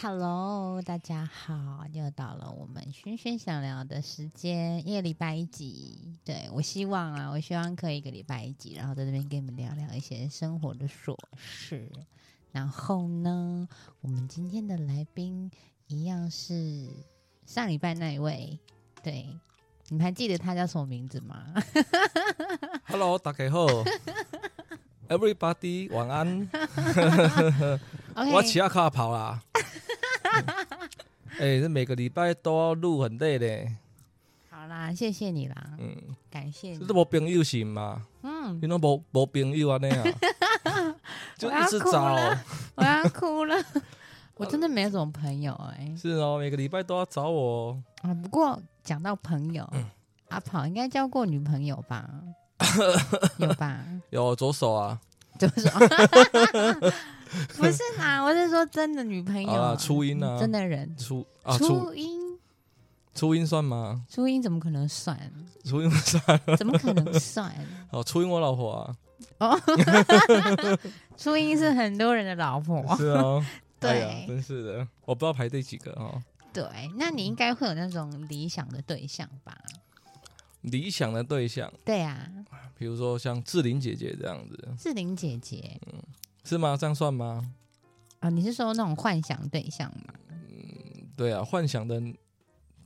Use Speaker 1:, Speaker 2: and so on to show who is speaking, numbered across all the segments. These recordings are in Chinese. Speaker 1: Hello，大家好，又到了我们轩轩想聊的时间，一个礼拜一集。对我希望啊，我希望可以一个礼拜一集，然后在这边跟你们聊聊一些生活的琐事。然后呢，我们今天的来宾一样是上礼拜那一位，对，你们还记得他叫什么名字吗？
Speaker 2: Hello，大 家好，Everybody，晚安。
Speaker 1: OK，
Speaker 2: 我骑下卡跑啦。哎、这每个礼拜都要录，很累嘞。
Speaker 1: 好啦，谢谢你啦，
Speaker 2: 嗯，
Speaker 1: 感谢你
Speaker 2: 这。无朋友是嘛？
Speaker 1: 嗯，
Speaker 2: 你都无无朋友啊 那样，就一直
Speaker 1: 我
Speaker 2: 找
Speaker 1: 要哭。了我要哭了， 我真的没有什么朋友哎、
Speaker 2: 是哦，每个礼拜都要找我哦。
Speaker 1: 啊，不过讲到朋友，
Speaker 2: 嗯
Speaker 1: 阿跑应该交过女朋友 吧？有吧？
Speaker 2: 有左手啊，
Speaker 1: 就是 说不是啦，我是说真的女朋友嗯
Speaker 2: 啊初音啊
Speaker 1: 真的人，
Speaker 2: 初啊初
Speaker 1: 初音，
Speaker 2: 初音算吗？
Speaker 1: 初音怎么可能算？
Speaker 2: 初音算
Speaker 1: 怎么可能算？
Speaker 2: 哦，初音我老婆啊，
Speaker 1: 哦，初音是很多人的老婆，
Speaker 2: 是哦。哎呀
Speaker 1: 对
Speaker 2: 真是的，我不知道排第几个哦。
Speaker 1: 对，那你应该会有那种理想的对象吧？
Speaker 2: 理想的对象，
Speaker 1: 对啊，
Speaker 2: 比如说像志玲姐姐这样子，
Speaker 1: 志玲姐姐
Speaker 2: 是吗？这样算吗？
Speaker 1: 啊、你是说那种幻想对象吗？。
Speaker 2: 对啊，幻想的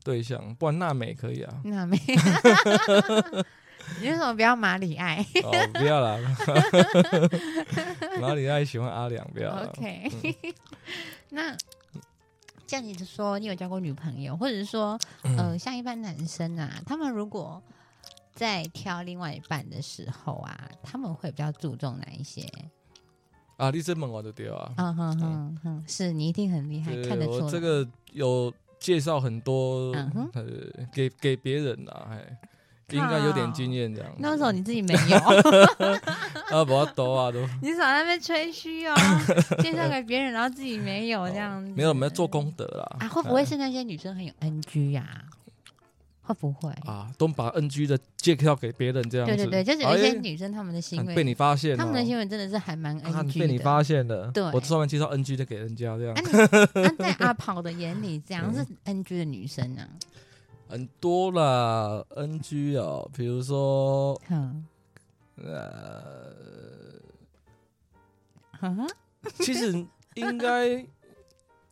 Speaker 2: 对象，不然娜美可以啊
Speaker 1: 那没， 你为什么不要马里 爱
Speaker 2: 哦，不要啦。哪里爱喜欢阿良？不要啦。
Speaker 1: ？OK，、那像你说你有交过女朋友，或者是说，
Speaker 2: 嗯
Speaker 1: 呃，像一般男生啊，他们如果在挑另外一半的时候啊，他们会比较注重哪一些？
Speaker 2: 啊，你这问我就对啊。
Speaker 1: 嗯哼哼哼，是你一定很厉害，
Speaker 2: 对
Speaker 1: 看得出
Speaker 2: 我
Speaker 1: 来。
Speaker 2: 这个有介绍很多，
Speaker 1: 嗯哼
Speaker 2: 呃，给给别人啦，哎，应该有点经验这样子。
Speaker 1: 那为什么你自己没 有？
Speaker 2: 啊，不要抖啊， 都
Speaker 1: 你少在那边吹嘘哦，介绍给别人，然后自己没有这样子。
Speaker 2: 哦没有，我们要做功德啦。
Speaker 1: 啊，会不会是那些女生很有 NG 呀、会不会？
Speaker 2: 啊，都把 NG 的介绍给别人这样子。
Speaker 1: 对对对，就是有一
Speaker 2: 哎
Speaker 1: 些女生她们的行
Speaker 2: 看
Speaker 1: 为，
Speaker 2: 被你发现、哦，
Speaker 1: 她们的行为真的是还蛮
Speaker 2: 啊
Speaker 1: NG 的。
Speaker 2: 被你发现了，
Speaker 1: 对
Speaker 2: 我专门介绍 NG 的给人家这样
Speaker 1: 啊。那在阿跑的眼里，这 样是 NG 的女生啊。
Speaker 2: 很多啦，NG 哦，比如说
Speaker 1: 哼，
Speaker 2: 呃，
Speaker 1: 啊
Speaker 2: 其实应该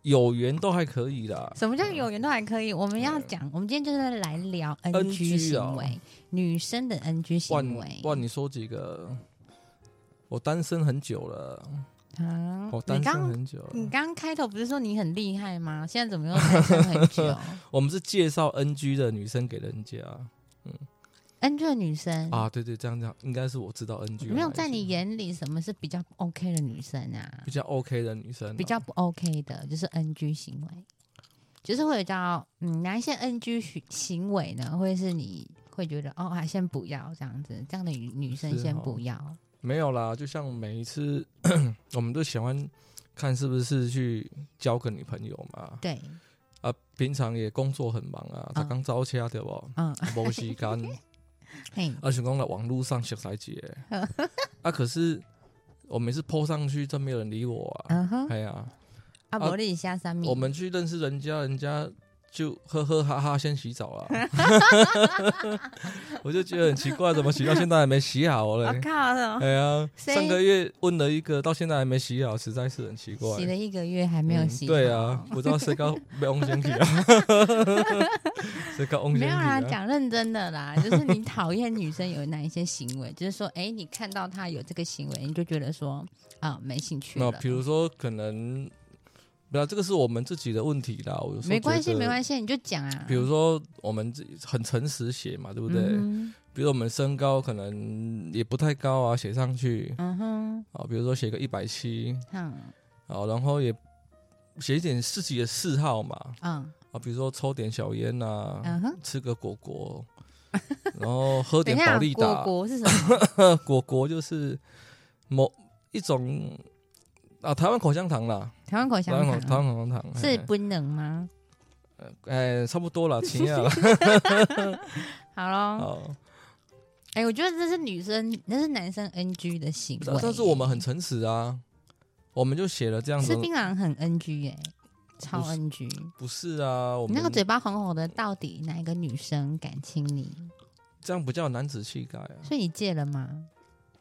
Speaker 2: 有缘都还可以啦。
Speaker 1: 什么叫有缘都还可以？我们
Speaker 2: 哎
Speaker 1: 要讲，我们今天就是来聊 NG 行
Speaker 2: 哦
Speaker 1: 为，女生的 NG
Speaker 2: 不
Speaker 1: 行
Speaker 2: 然
Speaker 1: 为
Speaker 2: 不然你说几个？我单身很久了，
Speaker 1: 啊
Speaker 2: 我。哦单
Speaker 1: 你
Speaker 2: 身
Speaker 1: 刚嗯
Speaker 2: 很久了。
Speaker 1: 你刚开头不是说你很厉害吗？现在怎么 又单身很久
Speaker 2: 我们是介绍 NG 的女生给人家
Speaker 1: ？NG 的女生
Speaker 2: 啊，对对，这样这样，应该是我知道 NG 有
Speaker 1: 没嗯有
Speaker 2: 哪一
Speaker 1: 在
Speaker 2: 些
Speaker 1: 你眼里什么是比较 OK 的女生啊
Speaker 2: 比？较 OK 的女生啊、
Speaker 1: 比较不 OK 的就是 NG 行为，就是会有叫嗯哪一些 NG 行行为呢？会是你会觉得哦啊先不要这样子，这样的女女生
Speaker 2: 是
Speaker 1: 先
Speaker 2: 哦
Speaker 1: 不要。
Speaker 2: 没有啦，就像每一次 我们都喜欢看是不是去交个女朋友嘛。
Speaker 1: 对，
Speaker 2: 啊，平常也工作很忙啊，他刚招车对不？
Speaker 1: 嗯，
Speaker 2: 无时间，
Speaker 1: 嘿，
Speaker 2: 啊，想讲来网络上熟识一个，啊，可是我每次 po 上去，真没有人理我啊。
Speaker 1: 嗯哼，
Speaker 2: 哎呀、
Speaker 1: 阿伯利下三米
Speaker 2: 我，们去认识人家，人家就呵呵哈哈先洗澡啦。 我就觉得很奇怪，怎么洗到现在还没洗好
Speaker 1: 我
Speaker 2: 嘞？
Speaker 1: 哦靠，
Speaker 2: 哎呀，
Speaker 1: 所以
Speaker 2: 上个月问了一个，到现在还没洗好，实在是很奇怪。
Speaker 1: 洗了一个月还没有
Speaker 2: 嗯
Speaker 1: 洗、
Speaker 2: 对啊，，不知道谁搞被翁先去 啊，谁搞翁先
Speaker 1: 没
Speaker 2: 去
Speaker 1: 有啦，？
Speaker 2: 啊
Speaker 1: 讲认真的 啦，就是你讨厌女生有哪一些行为，就是说，哎、你看到她有这个行为，你就觉得说啊、没兴趣
Speaker 2: 那
Speaker 1: 了。
Speaker 2: 比如说可能，不要这个是我们自己的问题啦。我有时候
Speaker 1: 没关系，
Speaker 2: 觉得
Speaker 1: 没关系，你就讲啊。
Speaker 2: 比如说我们自己很诚实写嘛，对不对？
Speaker 1: 嗯
Speaker 2: 比如我们身高可能也不太高啊，写上去
Speaker 1: 哼，嗯哼，
Speaker 2: 啊，比如说写个一百七
Speaker 1: 嗯
Speaker 2: 啊，然后也写一点自己的嗜好嘛
Speaker 1: 嗯
Speaker 2: 啊，比如说抽点小烟啊呐、
Speaker 1: 嗯哼。
Speaker 2: 吃个果果，然后 喝
Speaker 1: 等
Speaker 2: 点
Speaker 1: 一
Speaker 2: 保
Speaker 1: 下，
Speaker 2: 利
Speaker 1: 果
Speaker 2: 达。
Speaker 1: 果是什 么？
Speaker 2: 呃，果果就是某一种啊，台湾口香糖啦，
Speaker 1: 台湾口
Speaker 2: 台湾口
Speaker 1: 香
Speaker 2: 台
Speaker 1: 糖
Speaker 2: 湾口香糖
Speaker 1: 是不能吗？
Speaker 2: 哎，哎差 不多啦，亲啊，
Speaker 1: 好喽，
Speaker 2: 哦，
Speaker 1: 哎，我觉得这是女生，那是男生 NG 的行
Speaker 2: 不是啊
Speaker 1: 为。
Speaker 2: 但是我们很诚实啊，我们就写了这样子
Speaker 1: 吃槟榔很 NG 哎，超 NG。
Speaker 2: 不是啊，我
Speaker 1: 你
Speaker 2: 们
Speaker 1: 那个嘴巴红红的，到底哪一个女生敢亲你？
Speaker 2: 这样不叫男子气概啊！
Speaker 1: 所以你戒了吗？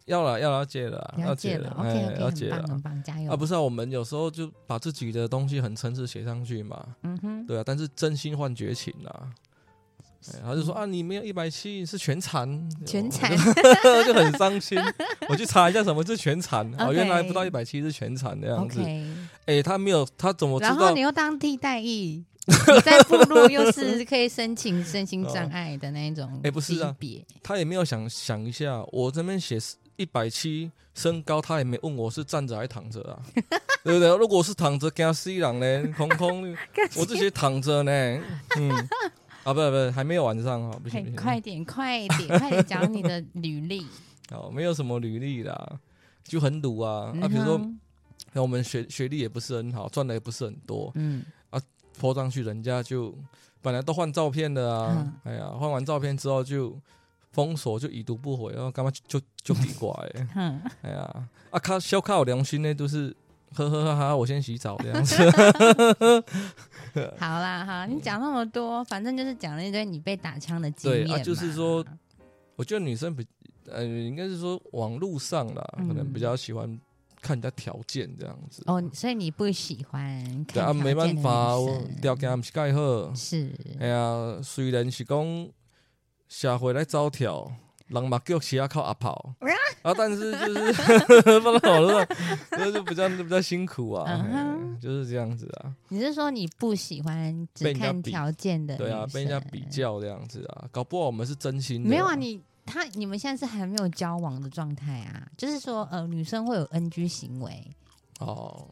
Speaker 2: 要了，要了，要戒了啊，
Speaker 1: 你要戒
Speaker 2: 戒
Speaker 1: 了
Speaker 2: 哎
Speaker 1: ，OK
Speaker 2: 要
Speaker 1: OK，
Speaker 2: 戒
Speaker 1: 很棒
Speaker 2: 了
Speaker 1: 很
Speaker 2: 啊
Speaker 1: 棒，加油！
Speaker 2: 啊！不是啊，我们有时候就把自己的东西很诚实写上去嘛，
Speaker 1: 嗯哼，
Speaker 2: 对啊，但是真心换绝情啊。哎，他就说啊，你没有一百七是全残，
Speaker 1: 全残
Speaker 2: 我 就很伤心。我去查一下什么是全残，哦，
Speaker 1: OK
Speaker 2: 原来不到一百七是全残的样子。
Speaker 1: OK。
Speaker 2: 哎，他没有，他怎么知
Speaker 1: 然后
Speaker 2: 道，
Speaker 1: 你？又当替代役，你在部落又是可以申请身心障碍的那一种
Speaker 2: 哎不是啊，
Speaker 1: 别
Speaker 2: 他也没有想想一下，我这边写一百七身高，他也没问我是站着还是躺着 啊，对不对？如果我是躺着，跟他 C 朗呢，空空，我这些躺着呢，嗯，啊，不是不是，还没有晚上哦哈，不行
Speaker 1: 嘿
Speaker 2: 不行，
Speaker 1: 哎快点，快点，快点讲你的履历。
Speaker 2: 哦，没有什么履历啦，就很鲁啊。 啊，
Speaker 1: 嗯
Speaker 2: 比如说，
Speaker 1: 哼
Speaker 2: 哎我们学学历也不是很好，赚的也不是很多，
Speaker 1: 嗯，，
Speaker 2: 泼上去人家就本来都换照片的啊，哎呀，换完照片之后就封锁，就已读不回，然后干嘛就就就比过来
Speaker 1: 哼，
Speaker 2: 哎呀，啊靠，小靠良心呢，就是呵呵哈哈，我先洗澡这样子。呃
Speaker 1: 好啦，好，你讲那么多，反正就是讲了一堆你被打枪的经
Speaker 2: 对
Speaker 1: 验
Speaker 2: 啊
Speaker 1: 嘛、
Speaker 2: 就是说我觉得女生比呃，应该是说网络上啦，可能比较喜欢看人家条件这样子。
Speaker 1: 嗯哦，所以你不喜欢
Speaker 2: 对
Speaker 1: 看条
Speaker 2: 啊，没办
Speaker 1: 件的
Speaker 2: 法，
Speaker 1: 女
Speaker 2: 我
Speaker 1: 生
Speaker 2: 条件不是介好。
Speaker 1: 是，
Speaker 2: 哎呀，虽然是讲社会来招条，人嘛叫其他靠阿跑 啊，但是就是 不能我说，就是比较比较辛苦啊
Speaker 1: 嗯哼
Speaker 2: 嘿就是这样子啊，
Speaker 1: 你是说你不喜欢只
Speaker 2: 被人家
Speaker 1: 看
Speaker 2: 比
Speaker 1: 条件的？
Speaker 2: 对啊，被人家比。较这样子啊，搞不好我们是真心的，
Speaker 1: 没有啊，你他你们现在是还没有交往的状态啊，就是说呃，女生会有 NG 行为，
Speaker 2: 哦，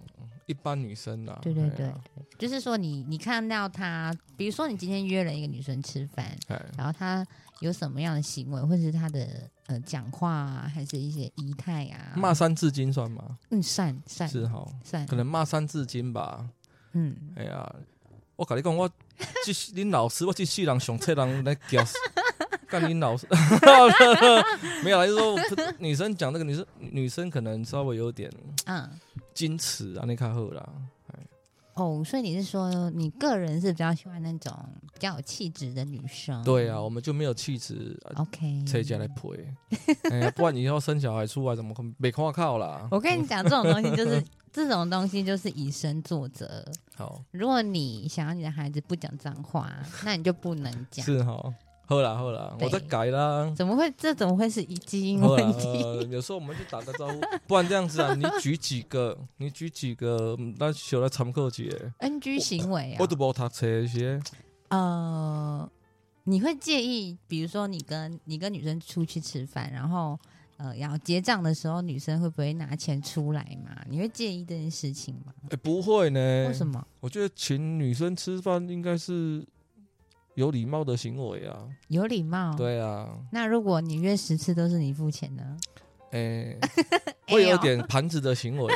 Speaker 2: 一般女生啊，
Speaker 1: 对对
Speaker 2: 哎
Speaker 1: 对
Speaker 2: 呀，
Speaker 1: 就是说你你看到她，比如说你今天约了一个女生吃饭，
Speaker 2: 哎，
Speaker 1: 然后她有什么样的行为，或者是她的呃讲话啊，还是一些仪态啊，
Speaker 2: 骂三字经算吗？
Speaker 1: 嗯算算
Speaker 2: 是哈，
Speaker 1: 算
Speaker 2: 可能骂三字经吧，
Speaker 1: 嗯，
Speaker 2: 哎呀，我跟你讲，我这 恁老师，我这世人上册人来屌死， 干恁老师， 没有啦，就是说我女生讲这个，女生女生可能稍微有点
Speaker 1: 嗯
Speaker 2: 矜持啊，你看后啦，
Speaker 1: 哦，所以你是说你个人是比较喜欢那种比较有气质的女生？
Speaker 2: 对啊，我们就没有气质，啊
Speaker 1: ，OK，
Speaker 2: 谁家来陪？ 哎呀，不然以后生小孩出来怎么可能没看靠啦？
Speaker 1: 我跟你讲，这种东西就是这种东西就是以身作则。
Speaker 2: 好
Speaker 1: 如果你想要你的孩子不讲脏话，那你就不能讲。
Speaker 2: 是哈，好啦好啦，
Speaker 1: 对
Speaker 2: 我再改啦。
Speaker 1: 怎么会？这怎么会是一基因
Speaker 2: 好
Speaker 1: 问
Speaker 2: 啦，
Speaker 1: 题？
Speaker 2: 呃有时候我们就打个招 呼，不然这样子啊，你举几个，你举几个，那小来参考一下。
Speaker 1: NG 行为啊
Speaker 2: 我，都无读册的时候，
Speaker 1: 呃，你会介意，比如说你跟你跟女生出去吃饭，然后呃要结账的时候，女生会不会拿钱出来嘛？你会介意这件事情吗？
Speaker 2: 哎、不会呢。
Speaker 1: 为什么？
Speaker 2: 我觉得请女生吃饭应该是有礼貌的行为啊。
Speaker 1: 有礼貌。。
Speaker 2: 对啊，
Speaker 1: 那如果你约十次都是你付钱呢？
Speaker 2: 哎、会有点盘子的行为。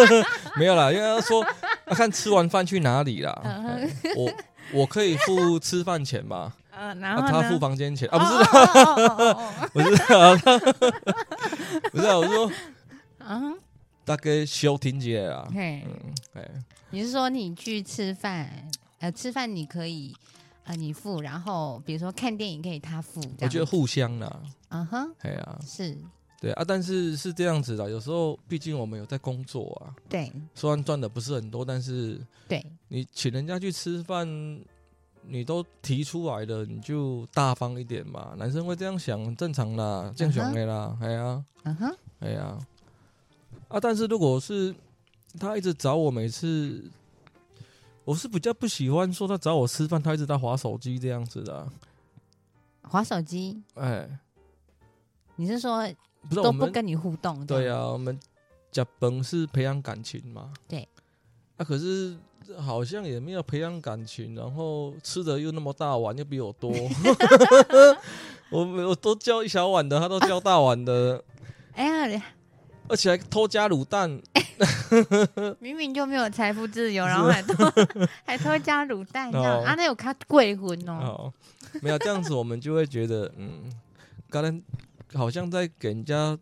Speaker 2: 没有啦，因为要说要看吃完饭去哪里啦。
Speaker 1: 嗯哼
Speaker 2: 哎我我可以付吃饭钱嘛？
Speaker 1: 呃，然
Speaker 2: 啊，
Speaker 1: 后呢？
Speaker 2: 他付房间钱啊？不是，
Speaker 1: 是
Speaker 2: 不是啊， 他不是啊，我说
Speaker 1: 啊，
Speaker 2: 大概休停一下啦。
Speaker 1: 嘿，
Speaker 2: 嗯，哎、
Speaker 1: 你是说你去吃饭，呃，吃饭你可以呃你付，然后比如说看电影可以他付，这
Speaker 2: 我
Speaker 1: 样
Speaker 2: 觉得互相啦，
Speaker 1: 嗯哼，
Speaker 2: 哎呀、啊。
Speaker 1: 是
Speaker 2: 对啊，但是是这样子的，有时候毕竟我们有在工作啊，
Speaker 1: 对
Speaker 2: 虽然赚的不是很多，但是
Speaker 1: 对，
Speaker 2: 你请人家去吃饭，你都提出来了，你就大方一点嘛。男生会这样想，正常啦，正常的啦，哎呀，
Speaker 1: 嗯哼，
Speaker 2: 哎呀，啊，但是如果是他一直找我，每次我是比较不喜欢说他找我吃饭，他一直在划手机这样子的啊、
Speaker 1: 划手机，
Speaker 2: 哎，
Speaker 1: 你是说
Speaker 2: 不是
Speaker 1: 都
Speaker 2: 我
Speaker 1: 不
Speaker 2: 们
Speaker 1: 跟你互动？
Speaker 2: 对
Speaker 1: 呀、
Speaker 2: 啊，我们甲本是培养感情嘛。
Speaker 1: 对。
Speaker 2: 啊，可是好像也没有培养感情，然后吃的又那么大碗，又比我 多。我我都叫一小碗的，他都叫大碗的，
Speaker 1: 哎呀，
Speaker 2: 而且还偷加卤蛋。
Speaker 1: 明明就没有财富自由，然后还偷 还偷加卤蛋，这样
Speaker 2: 哦
Speaker 1: 啊，那有他贵婚哦，
Speaker 2: 哦，没有这样子，我们就会觉得，嗯，刚才好像在给人家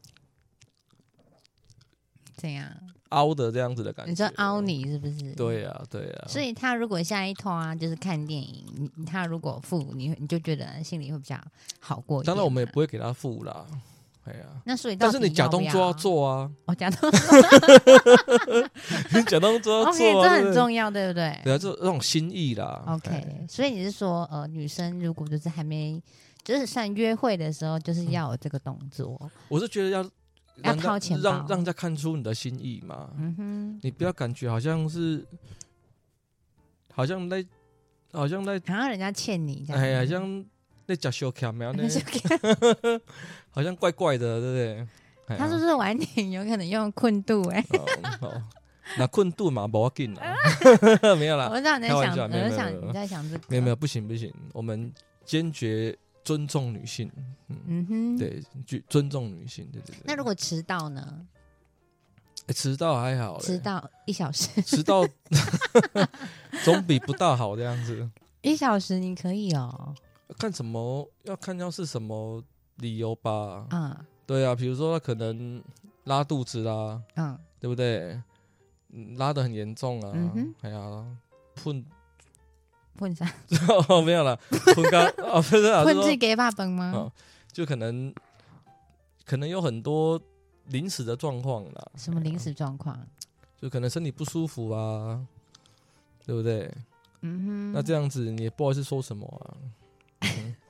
Speaker 1: 怎样？
Speaker 2: 凹的这样子的感觉。嗯
Speaker 1: 你说凹？你是不是？。
Speaker 2: 对呀、对啊呀、
Speaker 1: 所以他如果下一套啊，就是看电影，你他如果付你，你就觉得心里会比较好过一点。
Speaker 2: 当然我们也不会给他付啦，哎呀、
Speaker 1: 那所以啊到
Speaker 2: 但
Speaker 1: 底
Speaker 2: 是你假
Speaker 1: 要不
Speaker 2: 动作
Speaker 1: 要
Speaker 2: 要，做啊，
Speaker 1: 哦，假动
Speaker 2: 你假动作要
Speaker 1: OK，哦
Speaker 2: 做啊，
Speaker 1: 这
Speaker 2: 对不
Speaker 1: 很
Speaker 2: 对
Speaker 1: 重要，对不对
Speaker 2: 对啊，这那种心意啦。哎
Speaker 1: ？OK，所以你是说，呃，女生如果就是还没，就是算约会的时候，
Speaker 2: 嗯
Speaker 1: 就是要有这个动作。
Speaker 2: 我是觉得要
Speaker 1: 要
Speaker 2: 让
Speaker 1: 掏钱包
Speaker 2: 让让人家看出你的心意嘛。
Speaker 1: 嗯哼，
Speaker 2: 你不要感觉好像是，好像在，好像在，
Speaker 1: 好像人家欠你这样。
Speaker 2: 哎呀，好像在假小卡苗呢，
Speaker 1: 像
Speaker 2: 好像怪怪的，对不对？哎
Speaker 1: 他是
Speaker 2: 说
Speaker 1: 不是晚点有可能用困度、欸？
Speaker 2: 哦那困顿嘛，不要紧啦， 没有啦，
Speaker 1: 啊我知道你在
Speaker 2: 啊开玩
Speaker 1: 想，
Speaker 2: 笑
Speaker 1: 我
Speaker 2: 没有
Speaker 1: 在
Speaker 2: 没有
Speaker 1: 想
Speaker 2: 没有
Speaker 1: 你在想这个。
Speaker 2: 没有没有，不行不行，我们坚决尊重女性，
Speaker 1: 嗯哼，。
Speaker 2: 对，就尊重女性，对对对。
Speaker 1: 那如果迟到呢？
Speaker 2: 哎迟到还好嘞，
Speaker 1: 迟到一小时，
Speaker 2: 迟到总比不到好这样子。
Speaker 1: 一小时你可以哦。
Speaker 2: 看什么要看要是什么理由吧。
Speaker 1: 嗯
Speaker 2: 对啊，比如说他可能拉肚子啦，
Speaker 1: 嗯，
Speaker 2: 对不对？嗯拉的很严重啊
Speaker 1: 嗯哼，
Speaker 2: 哎呀，喷 哦
Speaker 1: 混啥？
Speaker 2: 没有啦，喷干哦，不是 啊，
Speaker 1: 混
Speaker 2: 就
Speaker 1: 自
Speaker 2: 说
Speaker 1: 给爸本吗
Speaker 2: 嗯？就可能可能有很多临时的状况啦，
Speaker 1: 什么临时状况？
Speaker 2: 就可能身体不舒服啊，对不对？
Speaker 1: 嗯哼，
Speaker 2: 那这样子你也不好意思说什么啊。嗯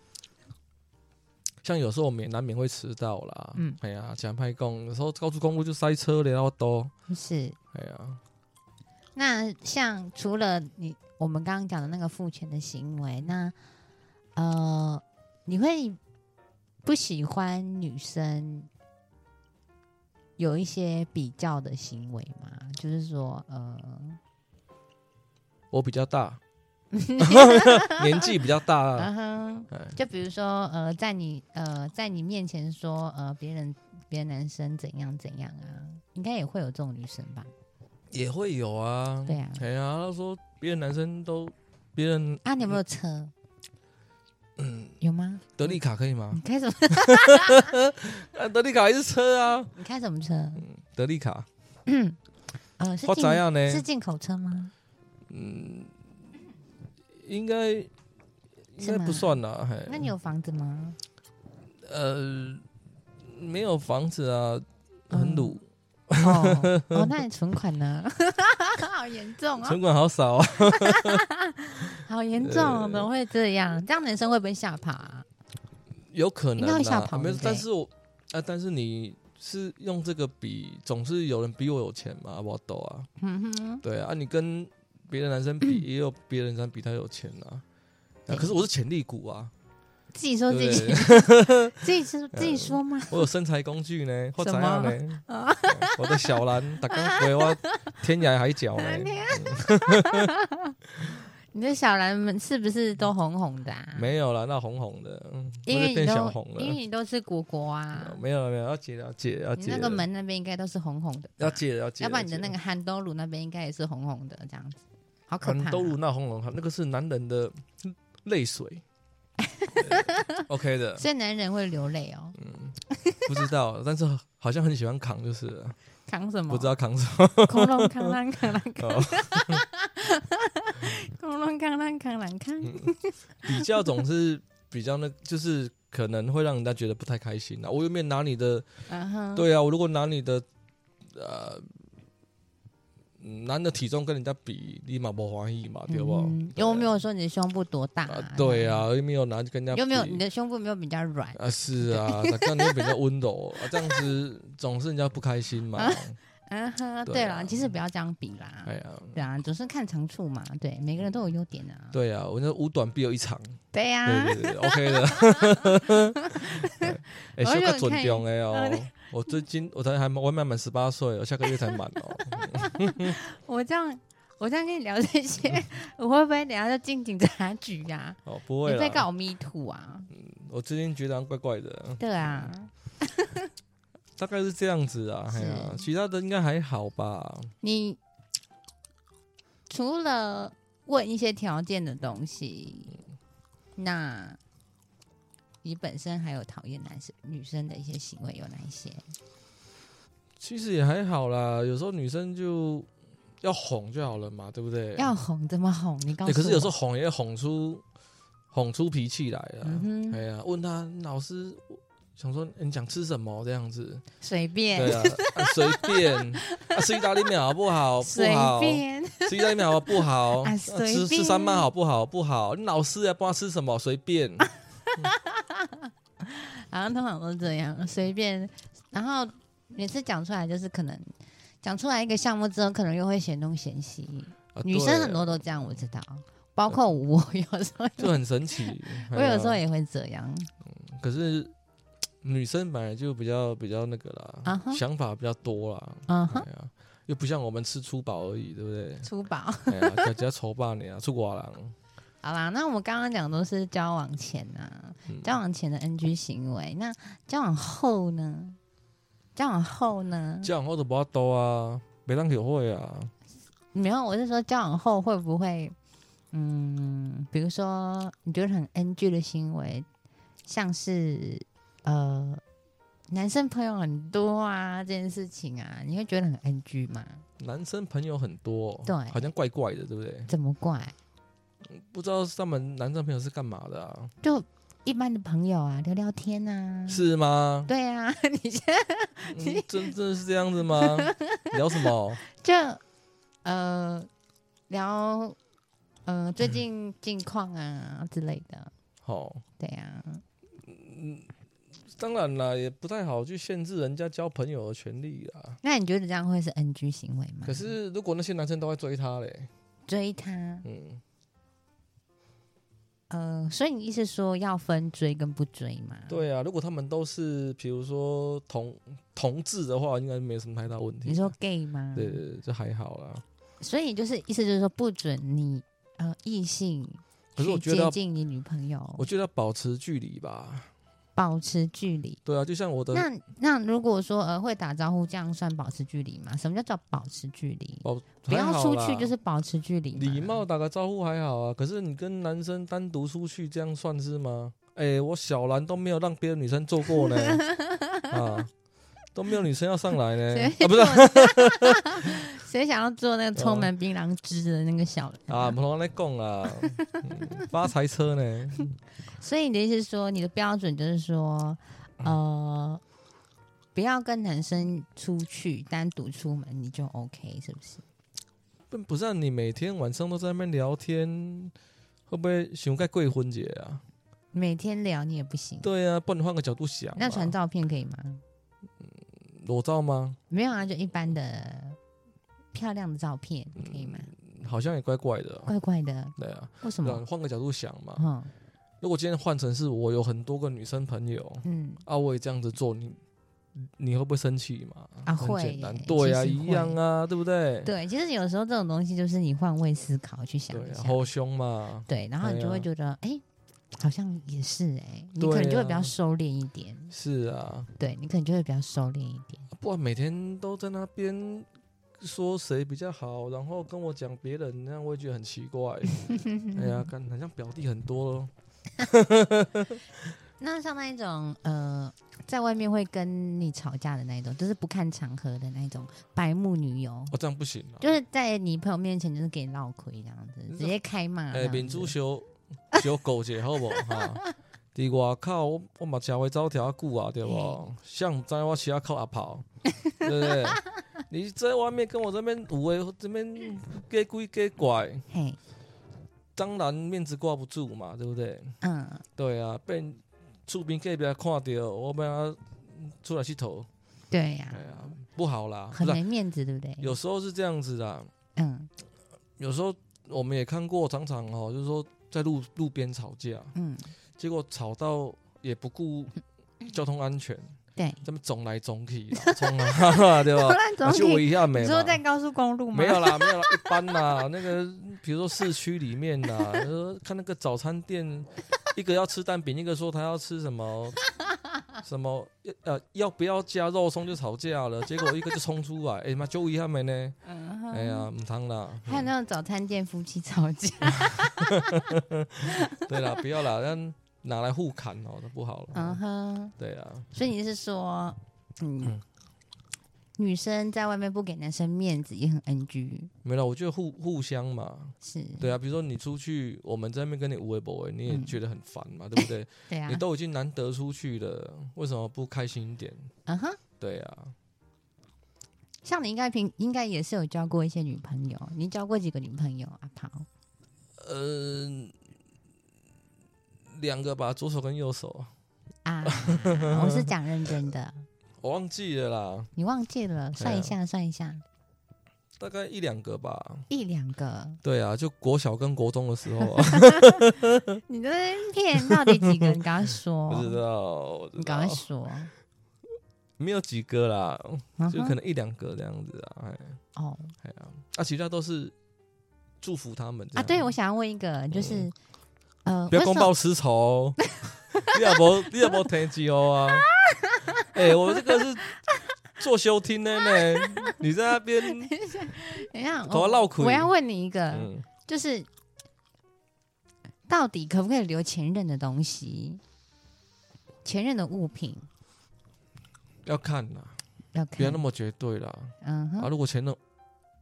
Speaker 2: 像有时候我们也难免会迟到啦，
Speaker 1: 嗯
Speaker 2: 哎呀，讲派工，有时候高速公路就塞车了，然后都，
Speaker 1: 嗯是
Speaker 2: 哎呀，
Speaker 1: 那像除了你我们刚刚讲的那个付钱的行为，那呃，你会不喜欢女生有一些比较的行为吗？就是说，呃，
Speaker 2: 我比较 大，年纪比较大啊，
Speaker 1: 嗯哼
Speaker 2: 哎
Speaker 1: 就比如说，呃，在你呃在你面前说，呃，别人别的男生怎样怎样啊，应该也会有这种女生吧？
Speaker 2: 也会有啊，
Speaker 1: 对啊
Speaker 2: 哎呀，他说别的男生都，别人
Speaker 1: 啊，你有没有车？嗯，有吗？
Speaker 2: 德利卡可以吗
Speaker 1: 你？开 什么？
Speaker 2: 啊，德利卡还是车啊，
Speaker 1: 你开什么车？
Speaker 2: 德利卡，
Speaker 1: 呃，是
Speaker 2: 嗯我
Speaker 1: 进
Speaker 2: 哎怎样呢？
Speaker 1: 是进口车吗？
Speaker 2: 应该应
Speaker 1: 是
Speaker 2: 该
Speaker 1: 吗
Speaker 2: 不算啦，嘿
Speaker 1: 那你有房子 吗？
Speaker 2: 呃，没有房子啊，
Speaker 1: 嗯
Speaker 2: 很鲁，
Speaker 1: 哦，哦，那你存款呢？ 好严重哦，
Speaker 2: 存款好少 啊。
Speaker 1: 好严重哦，
Speaker 2: 呃
Speaker 1: 怎么会这样？这样男生会不会吓怕啊？
Speaker 2: 有可
Speaker 1: 应
Speaker 2: 能
Speaker 1: 该
Speaker 2: 啊
Speaker 1: 会吓跑
Speaker 2: 没有
Speaker 1: 对不，对
Speaker 2: 但是我啊，但是你是用这个比，总是有人比我有钱嘛，我懂啊，
Speaker 1: 嗯哼，
Speaker 2: 对啊，啊你跟别的男生比，也有别的男生比他有钱啊。啊
Speaker 1: 嗯对
Speaker 2: 可是我是潜力股啊，
Speaker 1: 自己说自
Speaker 2: 对不
Speaker 1: 己
Speaker 2: 对，
Speaker 1: 自己说自己说吗？
Speaker 2: 我有身材工具呢，或
Speaker 1: 什
Speaker 2: 怎
Speaker 1: 么，
Speaker 2: 样呢？嗯我的小兰，打刚回我啊天涯海角呢 嗯
Speaker 1: 你的小蓝们是不是都红红的啊？
Speaker 2: 没有了，那红红的，嗯我
Speaker 1: 因
Speaker 2: 就
Speaker 1: 为你
Speaker 2: 变小
Speaker 1: 都
Speaker 2: 红了
Speaker 1: 因。为你都是果果啊
Speaker 2: 啊，没有了没有，要解了解要
Speaker 1: 你
Speaker 2: 解了，
Speaker 1: 那个门那边应该都是红红的吧，
Speaker 2: 要解了要解了，
Speaker 1: 要不然你的那
Speaker 2: 解
Speaker 1: 个憨豆乳那边应该也是红红的，这样子，好可
Speaker 2: 了
Speaker 1: 怕啊。
Speaker 2: 嗯都如那红红，那个是男人的 泪水对，OK 的，嗯
Speaker 1: 所以男人会流泪哦，
Speaker 2: 不知道，但是好像很喜欢扛，就是了
Speaker 1: 扛什么？
Speaker 2: 不知道扛什么，
Speaker 1: 恐龙扛啷扛啷扛，
Speaker 2: 哦
Speaker 1: 恐龙扛啷扛啷
Speaker 2: 嗯
Speaker 1: 扛。
Speaker 2: 比较总是 比较那，就是可能会让人家觉得不太开心啊。我又没有拿你的，
Speaker 1: 嗯哼，
Speaker 2: 对啊，我如果拿你的，呃。嗯男的体重跟人家比，立马不欢喜啊嘛，对不？
Speaker 1: 嗯又没有说你的胸部多大
Speaker 2: 啊，对，啊，又没有拿跟人家比，
Speaker 1: 又没有你的胸部没有比较软，
Speaker 2: 啊，是啊，这样你会比较温柔啊，这样子总是人家不开心 嘛。
Speaker 1: 嗯哼，
Speaker 2: 对
Speaker 1: 对
Speaker 2: 啊
Speaker 1: 啦，其实不要这样比啦
Speaker 2: 哎，呀，
Speaker 1: 对啊，总是看长处嘛，对，每个人都有优点啊，
Speaker 2: 对啊，我那五短必有一长，
Speaker 1: 对呀，
Speaker 2: 对对对，OK 的。 哎，
Speaker 1: 我
Speaker 2: 修
Speaker 1: 有
Speaker 2: 个准
Speaker 1: 看
Speaker 2: 中哎哦，我最近我才还我还没满十八岁，我下个月才满 哦。
Speaker 1: 我这样。我这样跟你聊这些，
Speaker 2: 嗯
Speaker 1: 我会不会等下就进警察局呀、
Speaker 2: 哦，不
Speaker 1: 啊？
Speaker 2: 会
Speaker 1: 你在
Speaker 2: 啦，
Speaker 1: 搞迷途啊？
Speaker 2: 我最近觉得好像怪怪的，
Speaker 1: 对啊，
Speaker 2: 大概是这样子啊。哎呀，
Speaker 1: 是
Speaker 2: 其他的应该还好吧？
Speaker 1: 你除了问一些条件的东西，那你本身还有讨厌男生女生的一些行为有哪一些？
Speaker 2: 其实也还好啦，有时候女生就要哄就好了嘛，对不对？
Speaker 1: 要哄怎么哄？你告
Speaker 2: 欸
Speaker 1: 诉我。
Speaker 2: 可是有时候哄也哄出哄出脾气来了。
Speaker 1: 嗯哼
Speaker 2: 哎呀，问他老师我想说欸你想吃什么这样子，
Speaker 1: 随
Speaker 2: 对
Speaker 1: 便，
Speaker 2: 啊，啊随、便、啊，吃意大利面好不好？不
Speaker 1: 随
Speaker 2: 好，
Speaker 1: 便，
Speaker 2: 吃意大利面好不好？
Speaker 1: 啊
Speaker 2: 啊
Speaker 1: 随
Speaker 2: 吃吃
Speaker 1: 便
Speaker 2: 三妈好不好？不好，你老师也不知道吃什么，随便。
Speaker 1: 啊好像通常都这样，随便。然后每次讲出来就是可能讲出来一个项目之后，可能又会嫌东嫌西。
Speaker 2: 啊
Speaker 1: 女
Speaker 2: 对
Speaker 1: 生很多都这样，我知道，包括我有时候，。
Speaker 2: 就很神奇
Speaker 1: 我有时候
Speaker 2: 哎呀，
Speaker 1: 也会这样。
Speaker 2: 可是女生本来就比较比较那个
Speaker 1: 啊
Speaker 2: 啦
Speaker 1: 哈
Speaker 2: 想法比较多啦。
Speaker 1: 嗯
Speaker 2: 哎
Speaker 1: 哼，
Speaker 2: 呀，又不像我们吃粗饱而已，对不 对？
Speaker 1: 粗暴。
Speaker 2: 哎呀，家家愁霸你啊，出寡郎。
Speaker 1: 好啦，那我们刚刚讲都是交往前啊，
Speaker 2: 嗯
Speaker 1: 交往前的 NG 行为。那交往后呢？交往后呢？
Speaker 2: 交往后都不要多啊，没当酒会啊。
Speaker 1: 没有，我是说交往后会不会，嗯，比如说你觉得很 NG 的行为，像是呃男生朋友很多啊这件事情啊，你会觉得很 NG 吗？
Speaker 2: 男生朋友很多，
Speaker 1: 对
Speaker 2: 好像怪怪的，对不对？
Speaker 1: 怎么怪？
Speaker 2: 不知道他们男生朋友是干嘛的啊？
Speaker 1: 就一般的朋友啊，聊聊天啊，
Speaker 2: 是吗？
Speaker 1: 对啊，你现
Speaker 2: 嗯、真真的是这样子吗？聊什么？
Speaker 1: 在就呃聊呃最近近况啊之类的，
Speaker 2: 好、
Speaker 1: 对啊，
Speaker 2: 当然啦，也不太好去限制人家交朋友的权利啦。
Speaker 1: 那你觉得这样会是 NG 行为吗？
Speaker 2: 可是如果那些男生都在追她嘞，
Speaker 1: 追他。
Speaker 2: 嗯，
Speaker 1: 呃，所以你意思说要分追跟不追嘛？，
Speaker 2: 对啊，如果他们都是比如说同同志的话，应该没什么太大问题。
Speaker 1: 你说 gay 吗？
Speaker 2: 对对对，这还好啦。
Speaker 1: 所以就是意思就是说不准你呃异性
Speaker 2: 可是我
Speaker 1: 去
Speaker 2: 觉得
Speaker 1: 接
Speaker 2: 要
Speaker 1: 近你女朋
Speaker 2: 我
Speaker 1: 友，
Speaker 2: 觉得要保持距离吧。
Speaker 1: 保持距离。
Speaker 2: 对啊，就像我的
Speaker 1: 那那如果说呃会打招呼，这样算保持距离吗？什么叫做保持距离？
Speaker 2: 保
Speaker 1: 不要
Speaker 2: 哦还好
Speaker 1: 出
Speaker 2: 啦
Speaker 1: 去就是保持距离嘛。
Speaker 2: 礼貌打个招呼还好啊。可是你跟男生单独出去，这样算是吗？哎、我小兰都没有让别的女生做 过呢，啊，都没有女生要上来呢，
Speaker 1: 谁
Speaker 2: 啊，不是啊
Speaker 1: 谁想要做那个
Speaker 2: 呃
Speaker 1: 充满槟榔汁的那个小人
Speaker 2: 啊，不能来讲啦，嗯发财车呢？
Speaker 1: 所以你的意思是说，你的标准就是说，
Speaker 2: 嗯
Speaker 1: 呃，不要跟男生出去单独出门，你就 OK，是不是？
Speaker 2: 不不是、啊、你每天晚上都在那边聊天，会不会想该贵婚节啊？
Speaker 1: 每天聊你也不行。
Speaker 2: 对啊，不然你换个角度想嘛，
Speaker 1: 那传照片可以吗？
Speaker 2: 裸照吗？
Speaker 1: 没有啊，就一般的漂亮的照片
Speaker 2: 嗯
Speaker 1: 可以吗？
Speaker 2: 好像也怪怪的啊、
Speaker 1: 怪怪的，
Speaker 2: 对啊，
Speaker 1: 为什
Speaker 2: 不然
Speaker 1: 么？
Speaker 2: 换个角度想嘛。
Speaker 1: 嗯
Speaker 2: 如果今天换成是我有很多个女生朋友
Speaker 1: 嗯，
Speaker 2: 啊，我也这样子做，你你会不会生气嘛？
Speaker 1: 啊
Speaker 2: 很
Speaker 1: 会
Speaker 2: 简单
Speaker 1: 耶，
Speaker 2: 对啊，
Speaker 1: 其实
Speaker 2: 一样啊，对不对？
Speaker 1: 对，其实有时候这种东西就是你换位思考去想
Speaker 2: 对
Speaker 1: 一
Speaker 2: 啊，
Speaker 1: 下，
Speaker 2: 好凶嘛。
Speaker 1: 对，然后你就会觉
Speaker 2: 对
Speaker 1: 得，哎、好像也是哎、你可能
Speaker 2: 对
Speaker 1: 就会
Speaker 2: 啊
Speaker 1: 比较收敛一点，
Speaker 2: 是啊，
Speaker 1: 对你可能就会比较收敛一点。
Speaker 2: 不然每天都在那边说谁比较好，然后跟我讲别人，那样我也觉得很奇 怪。哎呀，感好像表弟很多咯。
Speaker 1: 那像那一种呃，在外面会跟你吵架的那一种，就是不看场合的那一种白目女友，
Speaker 2: 哦，这样不行啊。
Speaker 1: 就是在你朋友面前就是给你闹亏这样子，
Speaker 2: 嗯
Speaker 1: 直接开骂这
Speaker 2: 哎，
Speaker 1: 样子。
Speaker 2: 民主 修修狗节好不好哈？伫外口，我我嘛吃回走条久啊，对不
Speaker 1: 嘿？
Speaker 2: 像知我吃啊靠阿跑，对不对？ 你在外面跟我这边有诶，这边给鬼给怪，
Speaker 1: 嘿，
Speaker 2: 当然面子挂不住嘛，对不对？
Speaker 1: 嗯，
Speaker 2: 对啊，被厝边隔壁看到，我把他出来去投，
Speaker 1: 对呀、
Speaker 2: 哎呀，不好啦，
Speaker 1: 很
Speaker 2: 不是啊、
Speaker 1: 没面子，对不对？
Speaker 2: 有时候是这样子的，
Speaker 1: 嗯
Speaker 2: 有时候我们也看过，常常哦，就是说在路路边吵架，
Speaker 1: 嗯，
Speaker 2: 结果吵到也不顾交通安全，
Speaker 1: 对。
Speaker 2: 他们总来总去 啦，冲啊， 对
Speaker 1: 突
Speaker 2: 吧？
Speaker 1: 然总
Speaker 2: 啊就我
Speaker 1: 体，
Speaker 2: 一下没
Speaker 1: 你
Speaker 2: 嘛
Speaker 1: 说。在高速公路吗？
Speaker 2: 没有啦，没有啦，一般啦。 那个，比如说市区里面啦，呃看那个早餐店，一个要吃蛋饼，一个说他要吃 什么什么，呃，要不要加肉松就吵架了。结果一个就冲出来，哎妈，就一他们呢？
Speaker 1: 嗯哼
Speaker 2: 哎呀，唔通啦。
Speaker 1: 还有
Speaker 2: 嗯
Speaker 1: 那种早餐店夫妻吵架，
Speaker 2: 对啦，不要啦，让拿来互砍哦，那不好
Speaker 1: 嗯
Speaker 2: 了。
Speaker 1: 哼。
Speaker 2: 对啊，
Speaker 1: 所以你是说，嗯，女生在外面不给男生面子也很 NG，
Speaker 2: 没了，我觉得互互相嘛，
Speaker 1: 是
Speaker 2: 对啊，比如说你出去，我们在那边跟你无微不微，你也
Speaker 1: 嗯
Speaker 2: 觉得很烦嘛，对不对？
Speaker 1: 对啊
Speaker 2: 你，都已经难得出去了，为什么不开心一点？
Speaker 1: 嗯哼，
Speaker 2: 对啊，
Speaker 1: 像你应该平应该也是有交过一些女朋友，你交过几个女朋友啊？跑
Speaker 2: 嗯、两个吧，左手跟右手，
Speaker 1: 啊，我 是讲认真的，
Speaker 2: 我忘记了啦，
Speaker 1: 你忘记了，算一
Speaker 2: 啊
Speaker 1: 下算一下，
Speaker 2: 大概一两个吧。
Speaker 1: 一两 个，
Speaker 2: 对啊，就国小跟国中的时候、 啊，
Speaker 1: 你这边骗到底几个？你赶快说，
Speaker 2: 不哦知道，不知
Speaker 1: 你赶快
Speaker 2: 道
Speaker 1: 说，
Speaker 2: 没有几个啦，
Speaker 1: 嗯
Speaker 2: 就
Speaker 1: 哼
Speaker 2: 可能一两个这样子啊，哎
Speaker 1: 哦
Speaker 2: 哎呀，啊，其他都是祝福他们这
Speaker 1: 啊，
Speaker 2: 样嗯
Speaker 1: 对，我想要问一个，就是呃，
Speaker 2: 不要
Speaker 1: 为
Speaker 2: 公
Speaker 1: 什么
Speaker 2: 报私仇哦， 你也无你也无听 机哦啊！哎、我这个是做休听的 呢，你在那边
Speaker 1: 嗯等一下，
Speaker 2: 头发
Speaker 1: 我
Speaker 2: 绕开
Speaker 1: 我要问你一个，
Speaker 2: 嗯，
Speaker 1: 就是到底可不可以留前任的东西？前任的物品
Speaker 2: 要看啦，
Speaker 1: 要
Speaker 2: 不要
Speaker 1: 看
Speaker 2: 那，么绝对啦。
Speaker 1: 嗯哼
Speaker 2: 啊，，如果前任